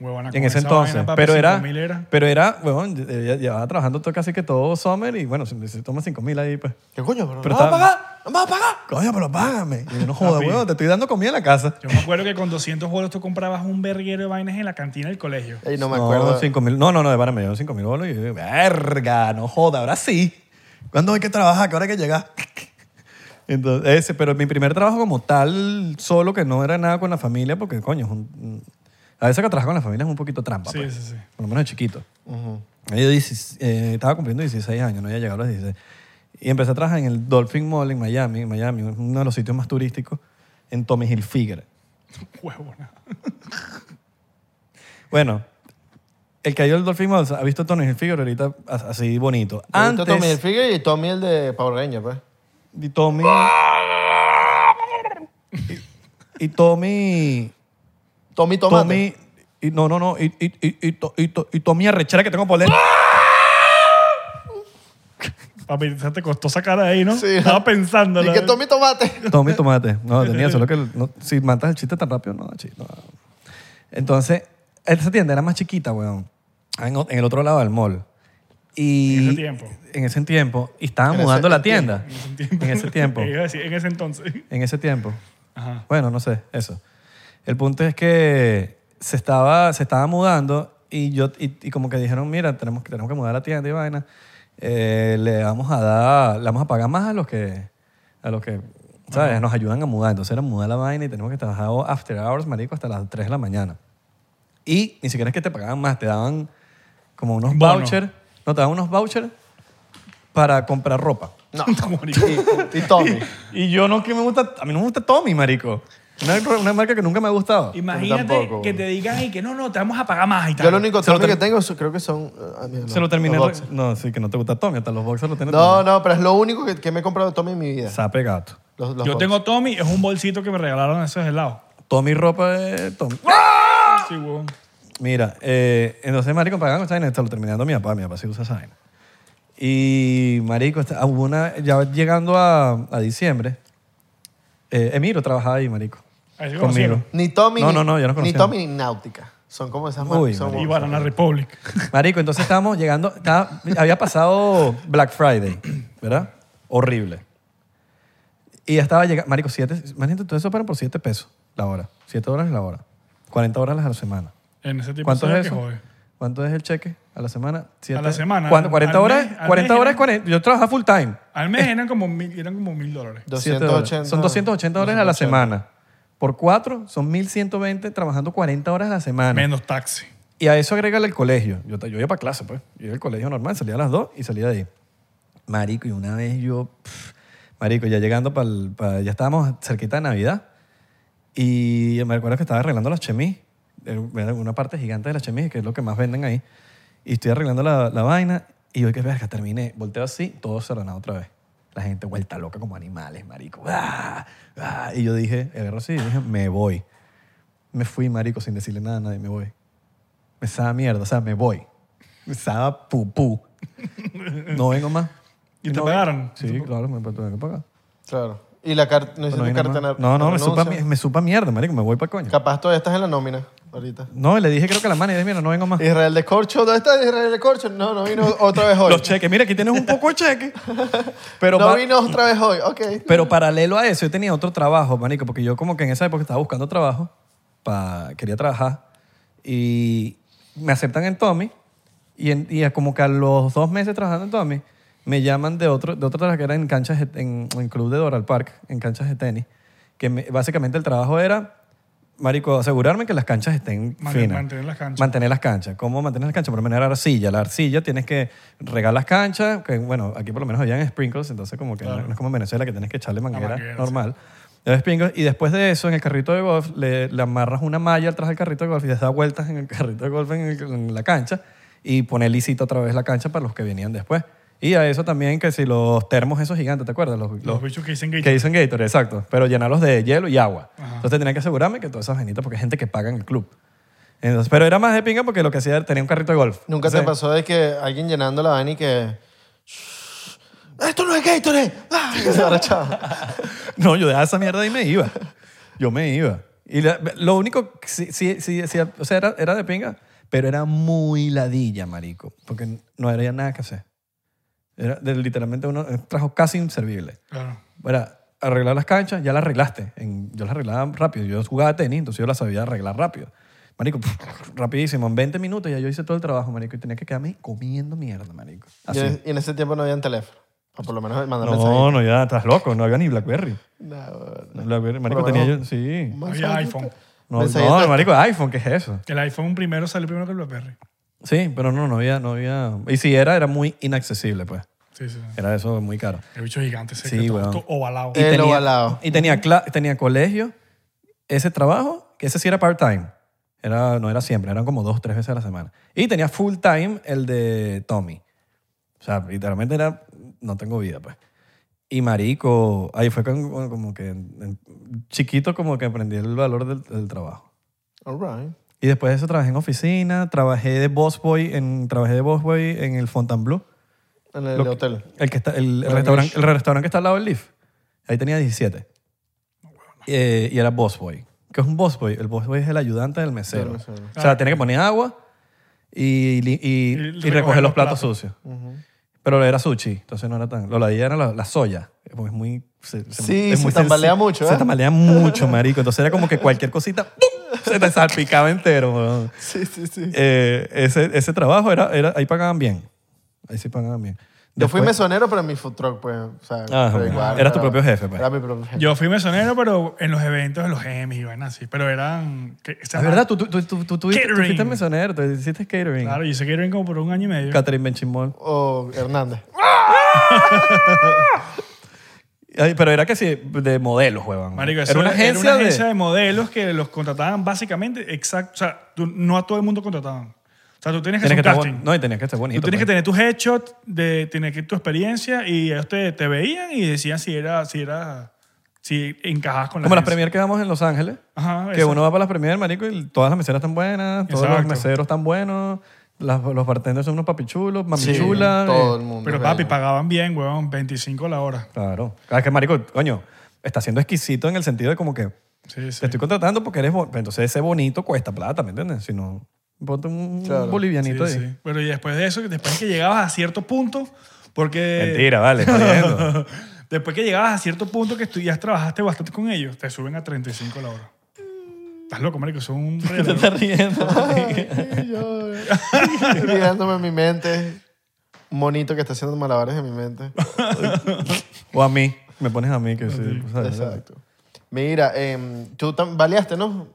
Speaker 1: Huevona, Ah, con
Speaker 2: en ese
Speaker 1: esa
Speaker 2: entonces.
Speaker 1: vaina, papi,
Speaker 2: pero, era,
Speaker 1: 5.000 era.
Speaker 2: pero era, weón, ella llevaba trabajando todo- casi que todo summer y bueno, se, se toma 5 mil ahí, pues.
Speaker 3: ¿Qué coño? Pero,
Speaker 2: Pero
Speaker 3: no vas a
Speaker 2: estaba-
Speaker 3: pagar, no vas a pagar.
Speaker 2: Coño, pero págame. Y yo, no jodas,
Speaker 1: Papi.
Speaker 2: weón, te estoy dando comida en la casa.
Speaker 1: Yo me acuerdo que con 200 bolos tú comprabas un verguero de vainas en la cantina del colegio.
Speaker 3: Ey, no me acuerdo.
Speaker 2: cinco mil, no, no, no, de pana me dieron 5 mil bolos y yo digo, verga, no joda, ahora sí. ¿Cuándo hay que trabajar? ¿Qué hora hay que llegar? Entonces, ese, pero mi primer trabajo como tal, solo que no era nada con la familia, porque coño, es un- a veces que trabajas con la familia es un poquito trampa.
Speaker 1: Sí,
Speaker 2: pues.
Speaker 1: sí, sí.
Speaker 2: Por lo menos de chiquito.
Speaker 3: Ujú.
Speaker 2: Yo dieci- eh, estaba cumpliendo 16 años, no había llegado a los 16. Y empecé a trabajar en el Dolphin Mall en Miami, en Miami, uno de los sitios más turísticos, en Tommy Hilfiger.
Speaker 1: Huevona.
Speaker 2: Bueno, el que ha ido al Dolphin Mall ha visto a Tommy Hilfiger ahorita a- así bonito.
Speaker 3: Yo he visto
Speaker 2: Antes,
Speaker 3: Tommy Hilfiger y Tommy el de Power Ranger, pues.
Speaker 2: y Tommy... y, y Tommy...
Speaker 3: Tommy Tomate.
Speaker 2: Tommy... Y, no, no, no. Y, y, y, y, to- y, to- y Tommy arrechera que tengo por dentro.
Speaker 1: Papi, ya te costó sacar de ahí, ¿no?
Speaker 3: Sí.
Speaker 1: Estaba pensando.
Speaker 2: eh.
Speaker 3: Y que Tommy Tomate.
Speaker 2: Tommy Tomate. No, tenía solo que no- si matas el chiste tan rápido, no, chi- no. Entonces, esa tienda era más chiquita, weón. En, o- en el otro lado del mall. Y
Speaker 1: En ese tiempo.
Speaker 2: En ese tiempo. Y estaban
Speaker 3: En ese
Speaker 2: mudando la
Speaker 3: tiempo.
Speaker 2: tienda. En ese tiempo.
Speaker 1: Iba a decir, en ese entonces.
Speaker 2: En ese tiempo.
Speaker 1: Ajá.
Speaker 2: Bueno, no sé, eso. El punto es que se estaba, se estaba mudando y, yo, y, y como que dijeron, mira, tenemos que, tenemos que mudar la tienda y vaina. Eh, le vamos a dar, le vamos a pagar más a los que, a los que ¿Sabes? Nos ayudan a mudar. Entonces era mudar la vaina y tenemos que trabajar after hours, marico, hasta las 3 de la mañana. Y ni siquiera es que te pagaban más, te daban como unos
Speaker 1: Bono.
Speaker 2: vouchers. No, te daban unos vouchers para comprar ropa.
Speaker 3: No.
Speaker 1: marico.
Speaker 3: y, y Tommy.
Speaker 2: Y yo no, que me gusta, a mí no me gusta Tommy, marico. Una, una marca que nunca me ha gustado.
Speaker 1: Imagínate
Speaker 3: tampoco.
Speaker 1: que te digan y que no, no, te vamos a pagar más y tal.
Speaker 3: Yo lo único
Speaker 2: Se lo
Speaker 3: Tommy que
Speaker 2: term-
Speaker 3: tengo son- creo que son... eh, ah, mira, no,
Speaker 2: Se lo terminé.
Speaker 3: los
Speaker 2: re-
Speaker 3: boxers.
Speaker 2: No, sí, que no te gusta Tommy, hasta los boxers lo tienen.
Speaker 3: No, no, pero es lo único que, que me he comprado de Tommy en mi vida.
Speaker 2: Sape gato.
Speaker 3: Los- los
Speaker 1: Yo
Speaker 3: boxers.
Speaker 1: tengo Tommy, es un bolsito que me regalaron esos helados.
Speaker 2: Tommy ropa de Tommy.
Speaker 1: Sí, huevón.
Speaker 2: Mira, eh, entonces, marico, pagaban con esa vaina, esto lo terminando mi papá, mi papá sí usa esa vaina. Y, marico, esta- ah, hubo una, ya llegando a, a diciembre, eh, Emiro trabajaba ahí, marico.
Speaker 1: Ahí se
Speaker 2: Conmigo.
Speaker 1: conocieron.
Speaker 3: Ni Tommy,
Speaker 2: No,
Speaker 3: ni-
Speaker 2: no, no, yo no
Speaker 3: ni
Speaker 2: conocía.
Speaker 3: Tommy ni Náutica. Son como esas marcas.
Speaker 2: Uy,
Speaker 3: son-
Speaker 1: Y Banana Republic.
Speaker 2: Marico, entonces estábamos llegando, estaba- había pasado Black Friday, ¿verdad? Horrible. Y ya estaba llegando, marico, siete, imagínate, todo eso paran por 7 pesos la hora, 7 dólares la hora, 40 horas a la semana.
Speaker 1: En ese tipo
Speaker 2: ¿Cuánto
Speaker 1: de
Speaker 2: es
Speaker 1: que
Speaker 2: eso?
Speaker 1: jode.
Speaker 2: ¿Cuánto es el cheque a la semana? Siete-
Speaker 1: la semana,
Speaker 2: ¿Cuánto?
Speaker 1: al-
Speaker 2: 40
Speaker 1: al
Speaker 2: horas,
Speaker 1: mes, al
Speaker 2: 40
Speaker 1: mes
Speaker 2: horas,
Speaker 1: era-
Speaker 2: 40 yo trabajaba full time.
Speaker 1: Al mes eran como mil, eran como mil dólares.
Speaker 3: 280.
Speaker 2: Son 280 dólares a la semana. Por 4 son 1120 trabajando 40 horas a la semana.
Speaker 1: Menos taxi.
Speaker 2: Y a eso agrégale el colegio. Yo, ta- yo iba para clase, pues. Yo iba al colegio normal, salía a las 2 y salía de ahí. Marico, y una vez yo, pff, marico, ya llegando para, ya estábamos cerquita de Navidad y me recuerdo que estaba arreglando las chemis, era una parte gigante de las chemis, que es lo que más venden ahí, y estoy arreglando la, la vaina y yo que verga, terminé, volteo así, todo cerrado otra vez. La gente vuelta loca como animales, marico. ¡Ah! ¡Ah! Y yo dije, agarro así, y dije, me voy. Me fui, marico, sin decirle nada a nadie, me voy. Me estaba mierda, o sea, me voy. Me estaba pupú. No vengo más.
Speaker 1: ¿Y te
Speaker 2: no
Speaker 1: pagaron?
Speaker 2: vengo. Sí, claro, me tuve que pagar.
Speaker 3: Claro. Y la carta. No
Speaker 2: Pero
Speaker 3: hiciste
Speaker 2: ahí nada
Speaker 3: carta
Speaker 2: más.
Speaker 3: de
Speaker 2: No, no, me supa,
Speaker 3: renuncia.
Speaker 2: mi- me supa mierda, marico, me voy para coño.
Speaker 3: Capaz todavía estás en la nómina ahorita.
Speaker 2: No, y le dije creo que a la mano y dije, mira, no vengo más.
Speaker 3: Israel de Corcho, ¿dónde está Israel de Corcho? No, no vino otra vez hoy.
Speaker 2: Los cheques, mira, aquí tienes un poco de cheque. Pero,
Speaker 3: no
Speaker 2: pa-
Speaker 3: vino otra vez hoy, ok.
Speaker 2: pero paralelo a eso, yo tenía otro trabajo, marico, porque yo como que en esa época estaba buscando trabajo, pa- quería trabajar, y me aceptan en Tommy, y, en- y a como que a los dos meses trabajando en Tommy, me llaman de otro, de otra trabajo que era en canchas, de- en, en club de Doral Park, en canchas de tenis, que me- básicamente el trabajo era, marico, asegurarme que las canchas estén
Speaker 1: Man-
Speaker 2: finas.
Speaker 1: mantener las canchas.
Speaker 2: Mantener las canchas. ¿Cómo mantener las canchas? Por lo menos era arcilla. La arcilla tienes que regar las canchas, que bueno, aquí por lo menos habían sprinkles, entonces como que no, no es como en Venezuela que tienes que echarle manguera,
Speaker 1: manguera, sí.
Speaker 2: normal. Había sprinkles, y después de eso, en el carrito de golf, le, le amarras una malla atrás del carrito de golf y les da vueltas en el carrito de golf en, el- en la cancha y pone lisita otra vez la cancha para los que venían después. Y a eso también que si los termos esos gigantes, ¿te acuerdas? Los,
Speaker 1: Los bichos que dicen que...
Speaker 2: que dicen Gatorade, exacto. Pero llenarlos de hielo y agua.
Speaker 1: Ajá.
Speaker 2: Entonces tenía que asegurarme que todas esas venitas, porque hay gente que paga en el club. Entonces, pero era más de pinga porque lo que hacía era tenía un carrito de golf.
Speaker 3: Nunca te
Speaker 2: Entonces,
Speaker 3: pasó de que alguien llenando la vaina y que. ¡Esto no es Gatorade! ¡Ah! Que se arrechaba.
Speaker 2: No, yo dejaba esa mierda y me iba. Yo me iba. Y la- lo único, que sí, sí, sí, sí, o sea, era, era de pinga, pero era muy ladilla, marico. Porque no había nada que hacer. Era de- literalmente uno eh, trajo casi inservible.
Speaker 1: Claro.
Speaker 2: Era arreglar las canchas, ya las arreglaste. En- yo las arreglaba rápido. Yo jugaba tenis, entonces yo las sabía arreglar rápido. Marico, rapidísimo. En 20 minutos ya yo hice todo el trabajo, marico. Y tenía que quedarme comiendo mierda, marico.
Speaker 3: Y
Speaker 2: Así.
Speaker 3: en- y en ese tiempo no habían teléfono. O por lo menos mandar
Speaker 2: No, no, ya estás loco. No había ni BlackBerry.
Speaker 3: mensajes. No,
Speaker 2: BlackBerry, marico,
Speaker 3: Por lo
Speaker 2: tenía yo...
Speaker 3: menos-
Speaker 2: Sí.
Speaker 1: Había iPhone.
Speaker 2: No,
Speaker 3: Mensaje
Speaker 2: no,
Speaker 3: de-
Speaker 2: marico, iPhone, ¿qué es eso?
Speaker 1: El iPhone primero salió primero que el BlackBerry.
Speaker 2: Sí, pero no, no había, no había... Y si era, era muy inaccesible, pues.
Speaker 1: Sí, sí. sí.
Speaker 2: Era eso muy caro.
Speaker 1: El bicho gigante ese.
Speaker 2: Sí,
Speaker 1: que todo-
Speaker 2: weón.
Speaker 1: todo ovalado.
Speaker 3: El ovalado.
Speaker 2: Y tenía, cla- tenía colegio, ese trabajo, que ese sí era part-time. Era, no era siempre, eran como dos, tres veces a la semana. Y tenía full-time el de Tommy. O sea, literalmente era, no tengo vida, pues. Y marico, ahí fue con- con- como que, en- en- chiquito como que aprendí el valor del- del trabajo.
Speaker 3: All right.
Speaker 2: Y después de eso trabajé en oficina, trabajé de boss boy en, trabajé de boss boy en el Fontainebleau,
Speaker 3: En el
Speaker 2: Lo que-
Speaker 3: hotel.
Speaker 2: el, que está, el, restaurante, el restaurante que está al lado del Leaf. Ahí tenía 17. Eh, y era boss boy. ¿Qué es un boss boy? El boss boy es el ayudante del mesero.
Speaker 3: Del mesero.
Speaker 2: O sea, tiene que poner agua y, li- y, y recoger los platos, sucios. Pero era sushi, entonces no era tan... Lo ladilla era la, la soya. Porque es muy... se-
Speaker 3: Sí,
Speaker 2: es
Speaker 3: se
Speaker 2: muy
Speaker 3: tambalea
Speaker 2: sensi-
Speaker 3: mucho,
Speaker 2: Se
Speaker 3: ¿eh?
Speaker 2: tambalea mucho, marico. Entonces era como que cualquier cosita ¡pum! se te salpicaba entero. weón.
Speaker 3: Sí, sí, sí.
Speaker 2: Eh, ese, ese trabajo era, era, ahí pagaban bien. Ahí sí pagaban bien.
Speaker 3: Yo fui
Speaker 2: Después-
Speaker 3: mesonero, pero en mi food truck, pues. O sea,
Speaker 2: Ah,
Speaker 3: pero
Speaker 2: bueno. Eras tu
Speaker 3: pero-
Speaker 2: propio jefe, pues.
Speaker 3: Era mi propio jefe.
Speaker 1: Yo fui mesonero, pero en los eventos de los Emmys y vainas así. Pero eran... que- o sea,
Speaker 2: Es verdad, tú, tú, tú, tú, tú, tú
Speaker 1: Catering.
Speaker 2: fuiste mesonero, tú hiciste catering.
Speaker 1: Claro, yo hice catering como por un año y medio.
Speaker 2: Catherine Benchimol.
Speaker 3: O Hernández.
Speaker 2: Ay, Pero era que sí, de modelos, huevón.
Speaker 1: Marico, eso
Speaker 2: era una agencia,
Speaker 1: de...
Speaker 2: de...
Speaker 1: modelos que los contrataban básicamente exacto. O sea, tú- no a todo el mundo contrataban. O sea, tú tienes que
Speaker 2: Tienes
Speaker 1: hacer
Speaker 2: que estar
Speaker 1: un
Speaker 2: bon-
Speaker 1: casting.
Speaker 2: No, y tenías que estar bonito.
Speaker 1: Tú tienes que
Speaker 2: pues.
Speaker 1: tener tus headshots, de, tienes que tu experiencia y ellos te, te veían y decían si era, si era, si encajabas con la
Speaker 2: Como las
Speaker 1: agencia.
Speaker 2: premier que vamos en Los Ángeles.
Speaker 1: Ajá,
Speaker 2: que
Speaker 1: exacto.
Speaker 2: uno va para las premier, marico, y todas las meseras están buenas, todos los
Speaker 1: Exacto.
Speaker 2: meseros están buenos, las- los bartenders son unos papichulos,
Speaker 3: Sí,
Speaker 2: mamichulas.
Speaker 3: Todo
Speaker 2: eh.
Speaker 3: el mundo.
Speaker 1: Pero
Speaker 3: es
Speaker 1: papi,
Speaker 3: bello.
Speaker 1: pagaban bien, weón, 25 la hora.
Speaker 2: Claro. Ah, Es que, marico, coño, está siendo exquisito en el sentido de como que
Speaker 1: Sí, sí.
Speaker 2: te estoy contratando porque eres... bo- pero Entonces ese bonito cuesta plata, ¿me entiendes? Si no, ponte un
Speaker 3: Claro.
Speaker 1: Sí,
Speaker 2: bolivianito ahí.
Speaker 1: sí. Pero y después de eso, después que llegabas a cierto punto, porque...
Speaker 2: Mentira, vale, jodiendo.
Speaker 1: Después que llegabas a cierto punto que tú ya trabajaste bastante con ellos, te suben a 35 la hora. Estás loco, marico, son un
Speaker 2: Te
Speaker 1: reloj.
Speaker 2: estás riendo.
Speaker 3: Y yo, eh, Riéndome en mi mente. Un monito que está haciendo malabares en mi mente.
Speaker 2: o a mí. Me pones a mí que sí. pues, ¿sabes?
Speaker 3: Exacto. Mira, em, tú tam- baleaste, ¿no?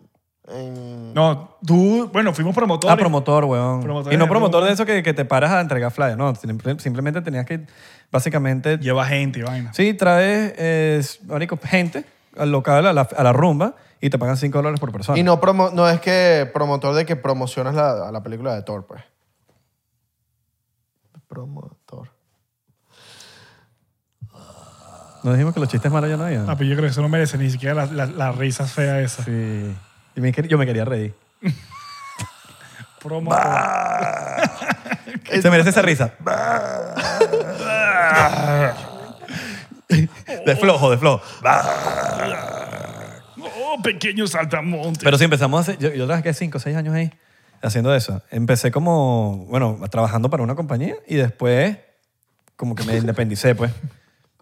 Speaker 3: En-
Speaker 1: No, tú, bueno, fuimos promotores.
Speaker 2: Ah, promotor, weón.
Speaker 1: Promotor
Speaker 2: y no
Speaker 1: de-
Speaker 2: promotor de eso que, que te paras a entregar flyers, no. simple- Simplemente tenías que, básicamente,
Speaker 1: Lleva gente y vaina.
Speaker 2: sí, traes, eh, marico, gente al local, a la, a la rumba, y te pagan 5 dólares por persona.
Speaker 3: Y no, promo, no es que promotor de que promocionas la, a la película de Thor, pues. Promotor.
Speaker 2: Nos dijimos que los chistes malos ya no había.
Speaker 1: Ah, pero yo creo que eso no merece ni siquiera la, la, la risa fea esa.
Speaker 2: Sí. Y me quer- yo me quería reír.
Speaker 1: Promotor.
Speaker 2: Se merece esa risa. de flojo, de flojo.
Speaker 1: Oh, pequeño saltamonte.
Speaker 2: Pero sí, empezamos hace, yo, yo trabajé 5 o 6 años ahí haciendo eso. Empecé como, bueno, trabajando para una compañía y después como que me independicé, pues.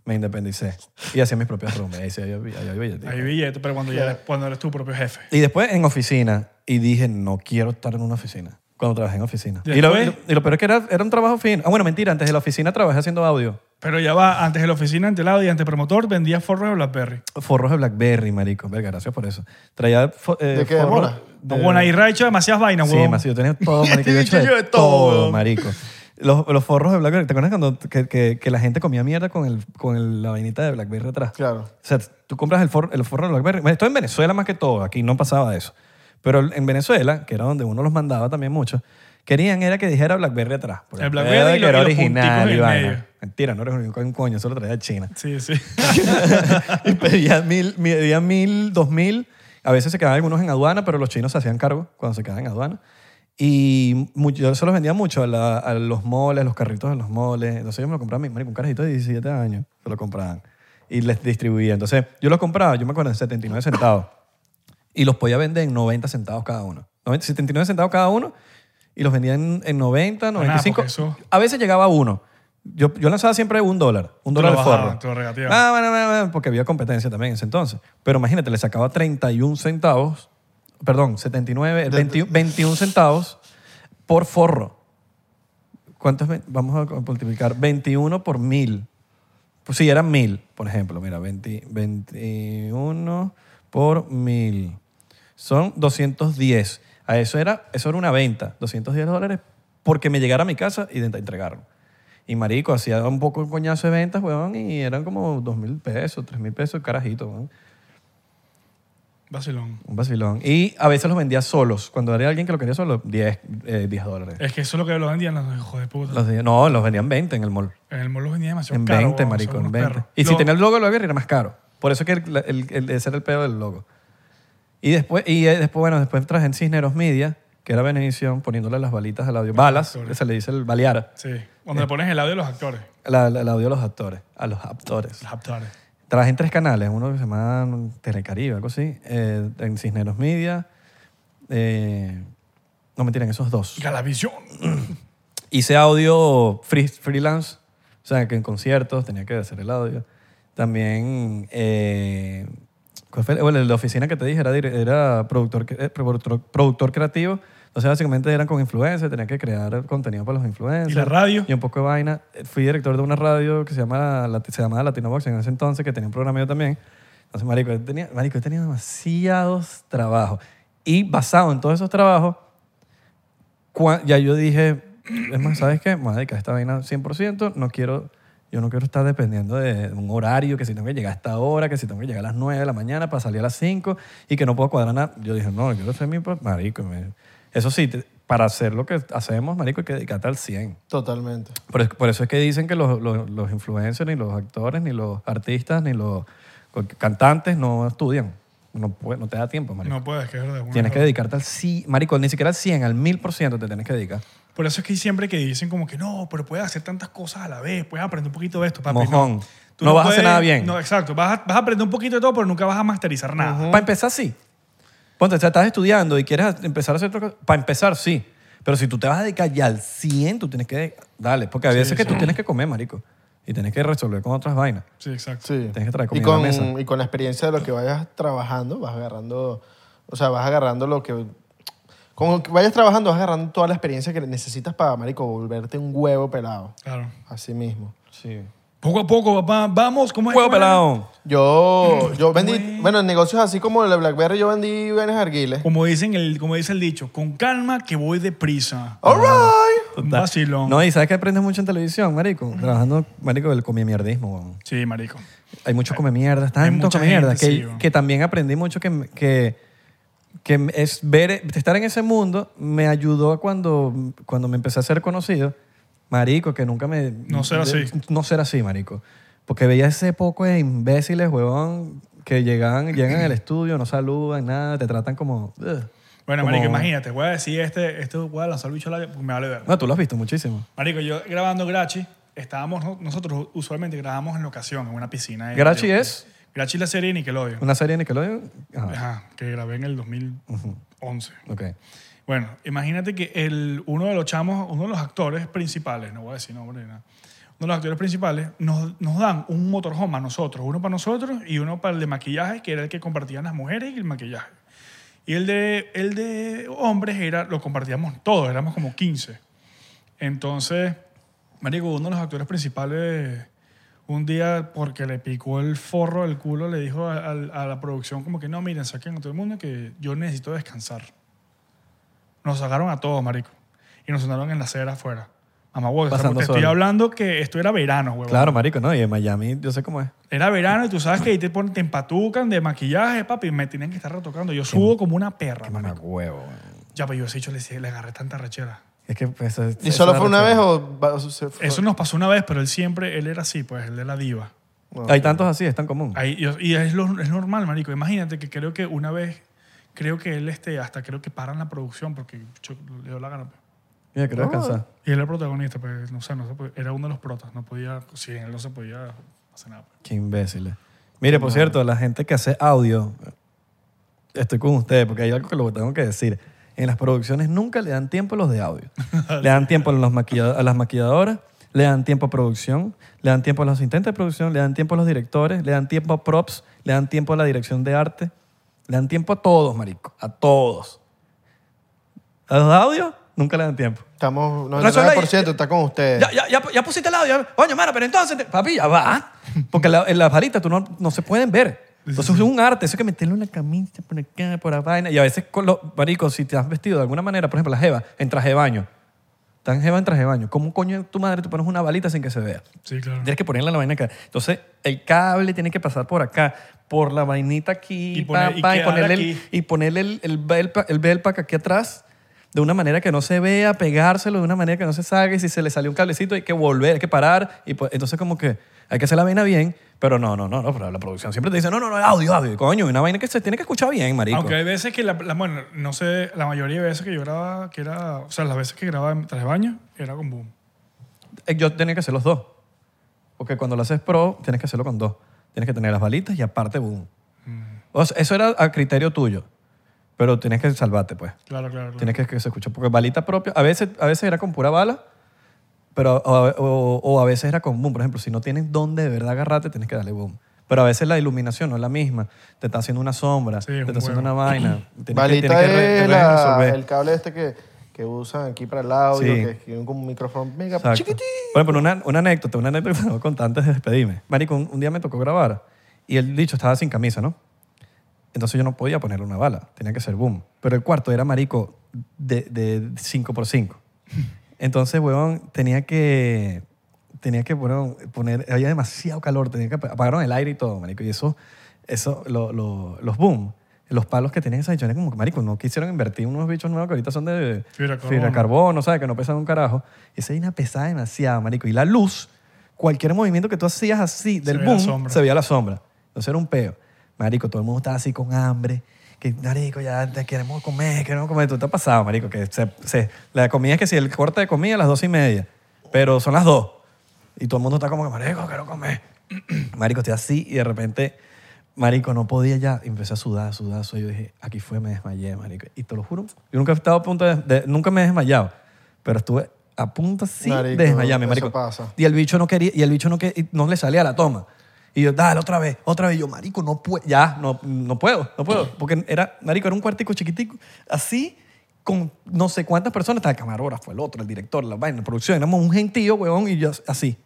Speaker 2: Me independicé. Y hacía mis propias rumbas. Ahí sí, ahí había- ahí había billete.
Speaker 1: Hay billetes, pero cuando, ya, cuando eres tu propio jefe.
Speaker 2: Y después en oficina. Y dije, no quiero estar en una oficina. Cuando trabajé en oficina. Y lo,
Speaker 1: Después-
Speaker 2: y lo peor es que era, era un trabajo fino. Ah, bueno, mentira. Antes de la oficina trabajé haciendo audio.
Speaker 1: Pero ya va, antes de la oficina, ante el lado y ante promotor, vendía forros de Blackberry.
Speaker 2: Forros de BlackBerry, marico. Verga, gracias por eso. Traía fo- eh,
Speaker 3: ¿De qué, de
Speaker 2: forros
Speaker 3: mora?
Speaker 1: No, bueno, ahí Ra ha hecho demasiadas vainas,
Speaker 2: Sí,
Speaker 1: weón.
Speaker 2: más, yo tenía todo, marico.
Speaker 3: He
Speaker 2: yo he hecho
Speaker 3: dicho yo
Speaker 2: de
Speaker 3: de todo,
Speaker 2: todo,
Speaker 3: weón.
Speaker 2: marico. Los, los forros de BlackBerry. ¿Te acuerdas cuando que, que- que la gente comía mierda con, el, con el- la vainita de BlackBerry atrás?
Speaker 3: Claro.
Speaker 2: O sea, tú compras el, for- el forro de BlackBerry. Bueno, esto en Venezuela más que todo. Aquí no pasaba eso. Pero en Venezuela, que era donde uno los mandaba también mucho, querían era que dijera BlackBerry atrás. porque
Speaker 1: El BlackBerry y
Speaker 2: que
Speaker 1: los-
Speaker 2: era
Speaker 1: y los punticos
Speaker 2: original
Speaker 1: en
Speaker 2: y
Speaker 1: el
Speaker 2: vaina.
Speaker 1: medio.
Speaker 2: Mentira, no eres único un coño, eso lo traía de China.
Speaker 1: Sí, sí.
Speaker 2: y pedía mil, pedía mil, dos mil. A veces se quedaban algunos en aduana, pero los chinos se hacían cargo cuando se quedaban en aduana. Y mu- yo se los vendía mucho a, la- a los moles, a los carritos de los moles. Entonces yo me lo compraba a mí, marico, un carrito de 17 años. Se lo compraban y les distribuía. Entonces yo los compraba, yo me acuerdo, en 79 centavos. Y los podía vender en 90 centavos cada uno. 90, 79 centavos cada uno. Y los vendía en, en 90,
Speaker 1: nada,
Speaker 2: 95.
Speaker 1: Ah, porque eso-
Speaker 2: A veces llegaba uno. Yo, yo lanzaba siempre un dólar. Un
Speaker 1: Tú
Speaker 2: dólar
Speaker 1: lo
Speaker 2: de
Speaker 1: bajabas,
Speaker 2: forro.
Speaker 1: tú lo regateabas.
Speaker 2: Ah, bueno, bueno, bueno, porque había competencia también en ese entonces. Pero imagínate, le sacaba 31 centavos, perdón, 79, eh, 21, 21 centavos por forro. ¿Cuántos? ve- Vamos a multiplicar 21 por mil. Pues si eran mil, por ejemplo, mira, 20 21 por mil. Son 210. A eso era, eso era una venta, 210 dólares, porque me llegara a mi casa y de entregarlo. Y marico, hacía un poco un coñazo de ventas, weón, y eran como 2 mil pesos, 3 mil pesos, carajito, weón.
Speaker 1: Vacilón.
Speaker 2: Un vacilón. Y a veces los vendía solos. Cuando era alguien que lo quería solo, 10, eh, 10 dólares.
Speaker 1: Es que eso es lo que lo vendían los hijos de puta.
Speaker 2: Los de- no, los vendían 20 en el mall.
Speaker 1: En el mall los vendía demasiado
Speaker 2: En
Speaker 1: caro,
Speaker 2: 20,
Speaker 1: weón,
Speaker 2: marico,
Speaker 1: son
Speaker 2: en
Speaker 1: unos
Speaker 2: 20.
Speaker 1: perros.
Speaker 2: Y si
Speaker 1: Lo-
Speaker 2: tenía el logo de BlackBerry era más caro. Por eso que el- el- el- ese era el pedo del logo. Y después, y eh, después bueno, después traje en Cisneros Media, que era Venevisión, poniéndole las balitas al audio. Balas,
Speaker 1: actores.
Speaker 2: que se le dice el balear.
Speaker 1: Sí, cuando
Speaker 2: Eh.
Speaker 1: le pones el audio a los actores,
Speaker 2: La- la- el audio a los actores. A los actores.
Speaker 1: los actores.
Speaker 2: Trabajé en tres canales, uno que se llama Telecaribe, algo así, eh, en Cisneros Media, eh, no mentira, en esos dos.
Speaker 1: Galavisión.
Speaker 2: Hice audio free- freelance, o sea, que en conciertos tenía que hacer el audio. También, eh, ¿cuál fue? Bueno, la oficina que te dije era, dire- era productor, eh, productor, productor creativo. Entonces, básicamente eran con influencers, tenía que crear contenido para los influencers.
Speaker 1: ¿Y la radio?
Speaker 2: Y un poco de vaina. Fui director de una radio que se, llama, Lati- se llamaba Latino Box en ese entonces, que tenía un programa yo también. Entonces, marico, yo tenía, marico, yo tenía demasiados trabajos. Y basado en todos esos trabajos, cua- ya yo dije, es más, ¿sabes qué? Me voy a dedicar a esta vaina 100%, no quiero, yo no quiero estar dependiendo de un horario, que si tengo que llegar a esta hora, que si tengo que llegar a las 9 de la mañana para salir a las 5 y que no puedo cuadrar nada. Yo dije, no, yo quiero ser mi pro- marico. me- Eso sí, te- para hacer lo que hacemos, marico, hay que dedicarte al 100.
Speaker 3: Totalmente.
Speaker 2: Por, es- por eso es que dicen que los, los- los influencers, ni los actores, ni los artistas, ni los co- cantantes no estudian. No, puede- no te da tiempo, marico.
Speaker 1: No puedes, que es verdad. bueno,
Speaker 2: Tienes
Speaker 1: es
Speaker 2: que
Speaker 1: verdad.
Speaker 2: dedicarte al sí, marico, ni siquiera al 100, al 1000% te tienes que dedicar.
Speaker 1: Por eso es que siempre que dicen como que no, pero puedes hacer tantas cosas a la vez, puedes aprender un poquito de esto, papi.
Speaker 2: Mojón.
Speaker 1: Tú
Speaker 2: No vas a hacer nada bien.
Speaker 1: No, exacto. Vas a, vas a aprender un poquito de todo, pero nunca vas a masterizar nada.
Speaker 2: Para empezar, sí. Ponte, o sea, estás estudiando y quieres empezar a hacer otra cosa. Para empezar, sí. Pero si tú te vas a dedicar ya al 100, tú tienes que... Dale, porque a veces que tú tienes que comer, marico. Y tienes que resolver con otras vainas.
Speaker 1: Sí, exacto.
Speaker 3: Sí.
Speaker 2: Tienes que traer comida
Speaker 3: y
Speaker 2: a
Speaker 3: con,
Speaker 2: la mesa.
Speaker 3: Y con la experiencia de lo que vayas trabajando, vas agarrando, o sea, vas agarrando lo que... Como que vayas trabajando, vas agarrando toda la experiencia que necesitas para, marico, volverte un huevo pelado.
Speaker 1: Claro.
Speaker 3: Así mismo.
Speaker 2: Sí.
Speaker 1: Poco a poco, papá. Vamos, ¿cómo es?
Speaker 2: Huevo
Speaker 1: ¿Cómo era?
Speaker 2: pelado.
Speaker 3: Yo, yo vendí, bueno, en negocios así como el de BlackBerry, yo vendí bienes arguiles.
Speaker 1: Como, dicen el, como dice el dicho, con calma que voy deprisa.
Speaker 3: All right.
Speaker 1: Un vacilón.
Speaker 2: Oh, No, y ¿sabes que aprendes mucho en televisión, marico? Trabajando, marico, el comimierdismo, weón.
Speaker 1: Sí, marico.
Speaker 2: Hay mucho come mierda, tanto
Speaker 1: mucha
Speaker 2: come mierda,
Speaker 1: gente,
Speaker 2: que,
Speaker 1: sí, bro.
Speaker 2: que también aprendí mucho que, que, que es ver, estar en ese mundo me ayudó cuando, cuando me empecé a ser conocido, marico, que nunca me...
Speaker 1: No ser así.
Speaker 2: No ser así, marico. Porque veía ese poco de imbéciles, huevón, que llegan, llegan al estudio, no saludan, nada, te tratan como... "Ugh".
Speaker 1: Bueno,
Speaker 2: Como-
Speaker 1: marico, imagínate. Voy a decir este, este voy a lanzar el bicho al aire porque me vale ver.
Speaker 2: No, tú lo has visto muchísimo.
Speaker 1: Marico, yo grabando Grachi, estábamos, no- nosotros usualmente grabamos en locación, en una piscina. de-
Speaker 2: Grachi
Speaker 1: de-
Speaker 2: es
Speaker 1: Grachi es la serie de Nickelodeon.
Speaker 2: una serie de Nickelodeon. Ajá,
Speaker 1: Ajá, que grabé en el 2011.
Speaker 2: ok.
Speaker 1: Bueno, imagínate que el, uno de los chamos, uno de los actores principales, no voy a decir nombre ni nada, uno de los actores principales nos, nos dan un motorhome a nosotros, uno para nosotros y uno para el de maquillaje, que era el que compartían las mujeres y el maquillaje. Y el de, el de hombres era, lo compartíamos todos, éramos como 15. Entonces, marico, uno de los actores principales un día porque le picó el forro del culo le dijo a, a- a la producción como que no, miren, saquen a todo el mundo que yo necesito descansar. Nos sacaron a todos, marico. Y nos sonaron en la acera afuera. Mamá, huevo, te
Speaker 2: Pasando
Speaker 1: estoy
Speaker 2: sol.
Speaker 1: hablando que esto era verano, huevón.
Speaker 2: Claro, marico, ¿no? Y en Miami, yo sé cómo es.
Speaker 1: Era verano y tú sabes que ahí te ponen, te empatucan de maquillaje, papi, y me tenían que estar retocando. Yo subo como una perra, marico.
Speaker 2: huevo.
Speaker 1: Ya, pero yo ese hecho le, le agarré tanta rechera.
Speaker 2: Es que... pues, es-
Speaker 3: ¿Y
Speaker 2: es
Speaker 3: solo
Speaker 2: la
Speaker 3: fue una
Speaker 2: referencia.
Speaker 3: vez o va- o se fue?
Speaker 1: Eso nos pasó una vez, pero él siempre, él era así, pues, él de la diva.
Speaker 3: No.
Speaker 2: Hay tantos así, es tan común.
Speaker 1: Ahí, y y es, lo- es normal, marico. Imagínate que creo que una vez, creo que él, este, hasta creo que paran la producción porque yo, le dio la gana. pues.
Speaker 2: Mira, quiero descansar.
Speaker 1: Y él era el protagonista, pues, no sé, no se podía- era uno de los protas, no podía, sin él no se podía hacer nada. pues.
Speaker 2: Qué imbéciles. Mire, por cierto, la gente que hace audio, estoy con ustedes porque hay algo que lo tengo que decir. En las producciones nunca le dan tiempo a los de audio. le dan tiempo a, los maquilla- a las maquilladoras, le dan tiempo a producción, le dan tiempo a los asistentes de producción, le dan tiempo a los directores, le dan tiempo a props, le dan tiempo a la dirección de arte, le dan tiempo a todos, marico, a todos. A los de audio nunca le dan tiempo.
Speaker 3: Estamos,
Speaker 2: Resuelve ahí.
Speaker 3: 99% está con ustedes.
Speaker 2: Ya, ya, ya, ya pusiste el audio. Coño, mano, pero entonces, te- papi, ya va. Porque la- en las varitas tú no, no se pueden ver. Entonces es un arte. Eso hay que meterle una camisa por acá, por la vaina. Y a veces, con los maricos, si te has vestido de alguna manera, por ejemplo, la jeva en traje de baño. Tan jeva en traje de baño. ¿Cómo coño tu madre tú pones una balita sin que se vea?
Speaker 1: Sí, claro.
Speaker 2: Tienes que ponerle la vaina acá. Entonces, el cable tiene que pasar por acá, por la vainita aquí,
Speaker 1: Y
Speaker 2: pa,
Speaker 1: poner- y
Speaker 2: pa, y,
Speaker 1: quedar
Speaker 2: ponerle,
Speaker 1: aquí.
Speaker 2: El, y ponerle el, el, bel pa- el bel pack aquí atrás de una manera que no se vea, pegárselo de una manera que no se salga y si se le salió un cablecito hay que volver, hay que parar. Y pues, entonces como que hay que hacer la vaina bien, pero no, no, no, no, pero la producción siempre te dice, no, no, no, audio, audio, coño, una vaina que se tiene que escuchar bien, marico.
Speaker 1: Aunque hay veces que, la, la- bueno, no sé, la mayoría de veces que yo grababa, que era, o sea, las veces que grababa en traje de baño, era con boom.
Speaker 2: Eh, Yo tenía que hacer los dos. Porque cuando lo haces pro, tienes que hacerlo con dos. Tienes que tener las balitas y aparte boom.
Speaker 1: Mm.
Speaker 2: O sea, eso era a criterio tuyo. Pero tienes que salvarte, pues.
Speaker 1: Claro, claro. claro.
Speaker 2: Tienes que que se escuche. Porque balita propia, a veces, a veces era con pura bala, pero, o, o- o a veces era con boom. Por ejemplo, si no tienes dónde de verdad agarrarte, tienes que darle boom. Pero a veces la iluminación no es la misma. Te está haciendo una sombra,
Speaker 1: Sí,
Speaker 2: te
Speaker 1: es
Speaker 2: está
Speaker 1: un
Speaker 2: haciendo una
Speaker 1: huevo.
Speaker 2: vaina. Tienes que-
Speaker 3: Balita
Speaker 2: tienes que re-
Speaker 3: es
Speaker 2: re-
Speaker 3: la-
Speaker 2: resolver.
Speaker 3: el cable este que, que usan aquí para el audio,
Speaker 2: Sí.
Speaker 3: que tiene como un micrófono mega
Speaker 2: Exacto.
Speaker 3: chiquitito.
Speaker 2: Bueno, pero una, una anécdota, una anécdota que me voy a contar antes de despedirme. Marico, un, un día me tocó grabar y el dicho estaba sin camisa, ¿no? Entonces yo no podía ponerle una bala, tenía que ser boom. Pero el cuarto era marico de, de 5x5. Entonces, huevón, tenía que. Tenía que bueno, poner. Había demasiado calor, tenía que ap- apagaron el aire y todo, marico. Y eso, eso lo- lo- los boom, los palos que tenían esas bichones, como que, marico, no quisieron invertir unos bichos nuevos que ahorita son de
Speaker 1: Fibra de carbono.
Speaker 2: de carbono, ¿sabes? Que no pesan un carajo. Esa vaina pesaba demasiado, marico. Y la luz, cualquier movimiento que tú hacías así del
Speaker 1: veía la
Speaker 2: boom,
Speaker 1: sombra.
Speaker 2: se veía la sombra. Entonces era un peo. Marico, todo el mundo estaba así con hambre. Que, marico, ya te queremos comer, queremos comer. Tú te has pasado, marico, que se- se- la comida es que si el corte de comida a las dos y media, pero son las dos. Y todo el mundo está como que, marico, quiero comer. marico, estoy así y de repente, marico, no podía ya. Y empecé a sudar, a sudar. a sudar. Yo dije, aquí fue, me desmayé, marico. Y te lo juro, yo nunca he estado a punto de, de- nunca me he desmayado, pero estuve a punto así
Speaker 3: Marico,
Speaker 2: de desmayarme,
Speaker 3: eso
Speaker 2: marico.
Speaker 3: pasa.
Speaker 2: Y el bicho no quería, y el bicho no, que- y no le salía la toma. Y yo, dale, otra vez, otra vez. Y yo, marico, no puedo, ya, no, no puedo, no puedo. Porque era, marico, era un cuartico chiquitico, así, con no sé cuántas personas. Estaba el camarógrafo, el otro, el director, la vaina, la producción. Éramos un gentío, huevón, y yo así.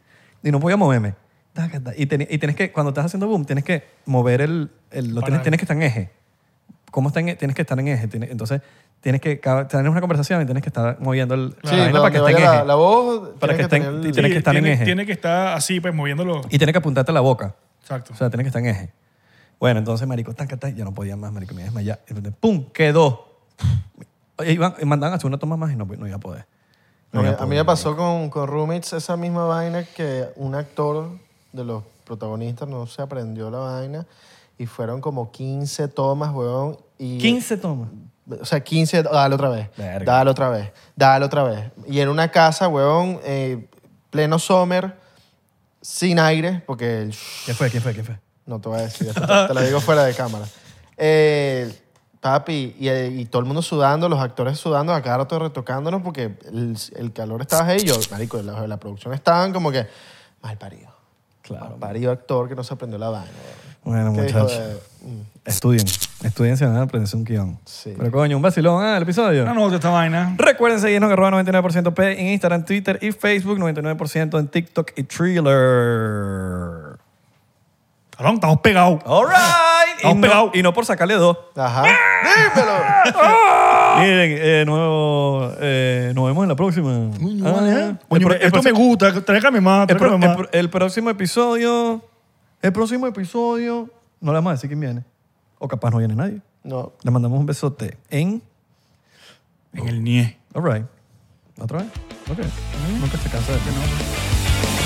Speaker 2: Y no podía moverme. Taca, taca. Y, teni- y tienes que, cuando estás haciendo boom, tienes que mover el, el- lo tienes,
Speaker 1: Parar.
Speaker 2: tienes que estar en eje. ¿Cómo está en, e-? tienes que estar en eje? Tienes- entonces, tienes que, cada- tener una conversación y tienes que estar moviendo el, la
Speaker 3: Sí,
Speaker 2: vaina
Speaker 3: para que
Speaker 2: esté en
Speaker 3: vaya la,
Speaker 2: eje.
Speaker 3: la voz.
Speaker 2: Para
Speaker 3: tiene
Speaker 2: que estén-
Speaker 3: tener
Speaker 2: y
Speaker 3: el-
Speaker 2: tiene que estar en
Speaker 1: tiene,
Speaker 2: eje.
Speaker 1: Tiene que estar así, pues moviéndolo.
Speaker 2: Y tienes que apuntarte a la boca.
Speaker 1: Exacto.
Speaker 2: O sea, tienes que estar en eje. Bueno, entonces, marico, tan, tan, ya no podía más, marico, me iba a desmayar. Y de repente, ¡Pum! Quedó. Oye, iban, mandaban a hacer una toma más y no, no iba a poder. No
Speaker 3: A mí,
Speaker 2: iba
Speaker 3: a mí
Speaker 2: poder.
Speaker 3: me pasó con, con Roommates esa misma vaina que un actor de los protagonistas no se aprendió la vaina y fueron como 15 tomas, weón. Y,
Speaker 2: 15 tomas.
Speaker 3: O sea, 15, dale otra vez,
Speaker 2: Verga.
Speaker 3: dale otra vez, dale otra vez. Y en una casa, weón, eh, pleno summer, sin aire, porque el
Speaker 2: ¿Quién fue? ¿Quién fue? ¿Quién fue?
Speaker 3: no te voy a decir, después te, te lo digo fuera de cámara. Eh, papi, y, y todo el mundo sudando, los actores sudando, a cada rato retocándonos porque el, el calor estaba ahí. y Yo, marico, los de la producción estaban como que mal parido. Mal
Speaker 2: Claro.
Speaker 3: parido actor que no se aprendió la vaina. weón.
Speaker 2: Bueno,
Speaker 3: Qué hijo
Speaker 2: muchachos.
Speaker 3: de- mm.
Speaker 2: Estudien. Estudien si van a aprenderse un guión.
Speaker 3: Sí.
Speaker 2: Pero coño, un vacilón, ¿ah? El episodio.
Speaker 1: No, no, esta vaina.
Speaker 2: Recuerden seguirnos en arroba 99% P en Instagram, Twitter y Facebook, 99% en TikTok y Thriller. Tá
Speaker 1: Cabrón, estamos pegados.
Speaker 2: All right. Y
Speaker 1: Estamos
Speaker 2: no,
Speaker 1: pegados.
Speaker 2: y no por sacarle dos.
Speaker 3: Ajá. Dímelo.
Speaker 2: Miren, eh, nuevo, eh, nos vemos en la próxima. Ah,
Speaker 1: Coño,
Speaker 2: el pro-
Speaker 1: ¿eh? me-
Speaker 2: el
Speaker 1: esto me
Speaker 2: próximo-
Speaker 1: gusta, tráigame más,
Speaker 2: el pro-
Speaker 1: tráigame
Speaker 2: el
Speaker 1: más.
Speaker 2: pro- El próximo episodio. El próximo episodio. No le vamos a decir quién viene. O capaz no viene nadie.
Speaker 3: No.
Speaker 2: Le mandamos un besote en.
Speaker 1: En el NIE.
Speaker 2: All right. ¿Otra vez? Ok. Nunca se cansa de ti.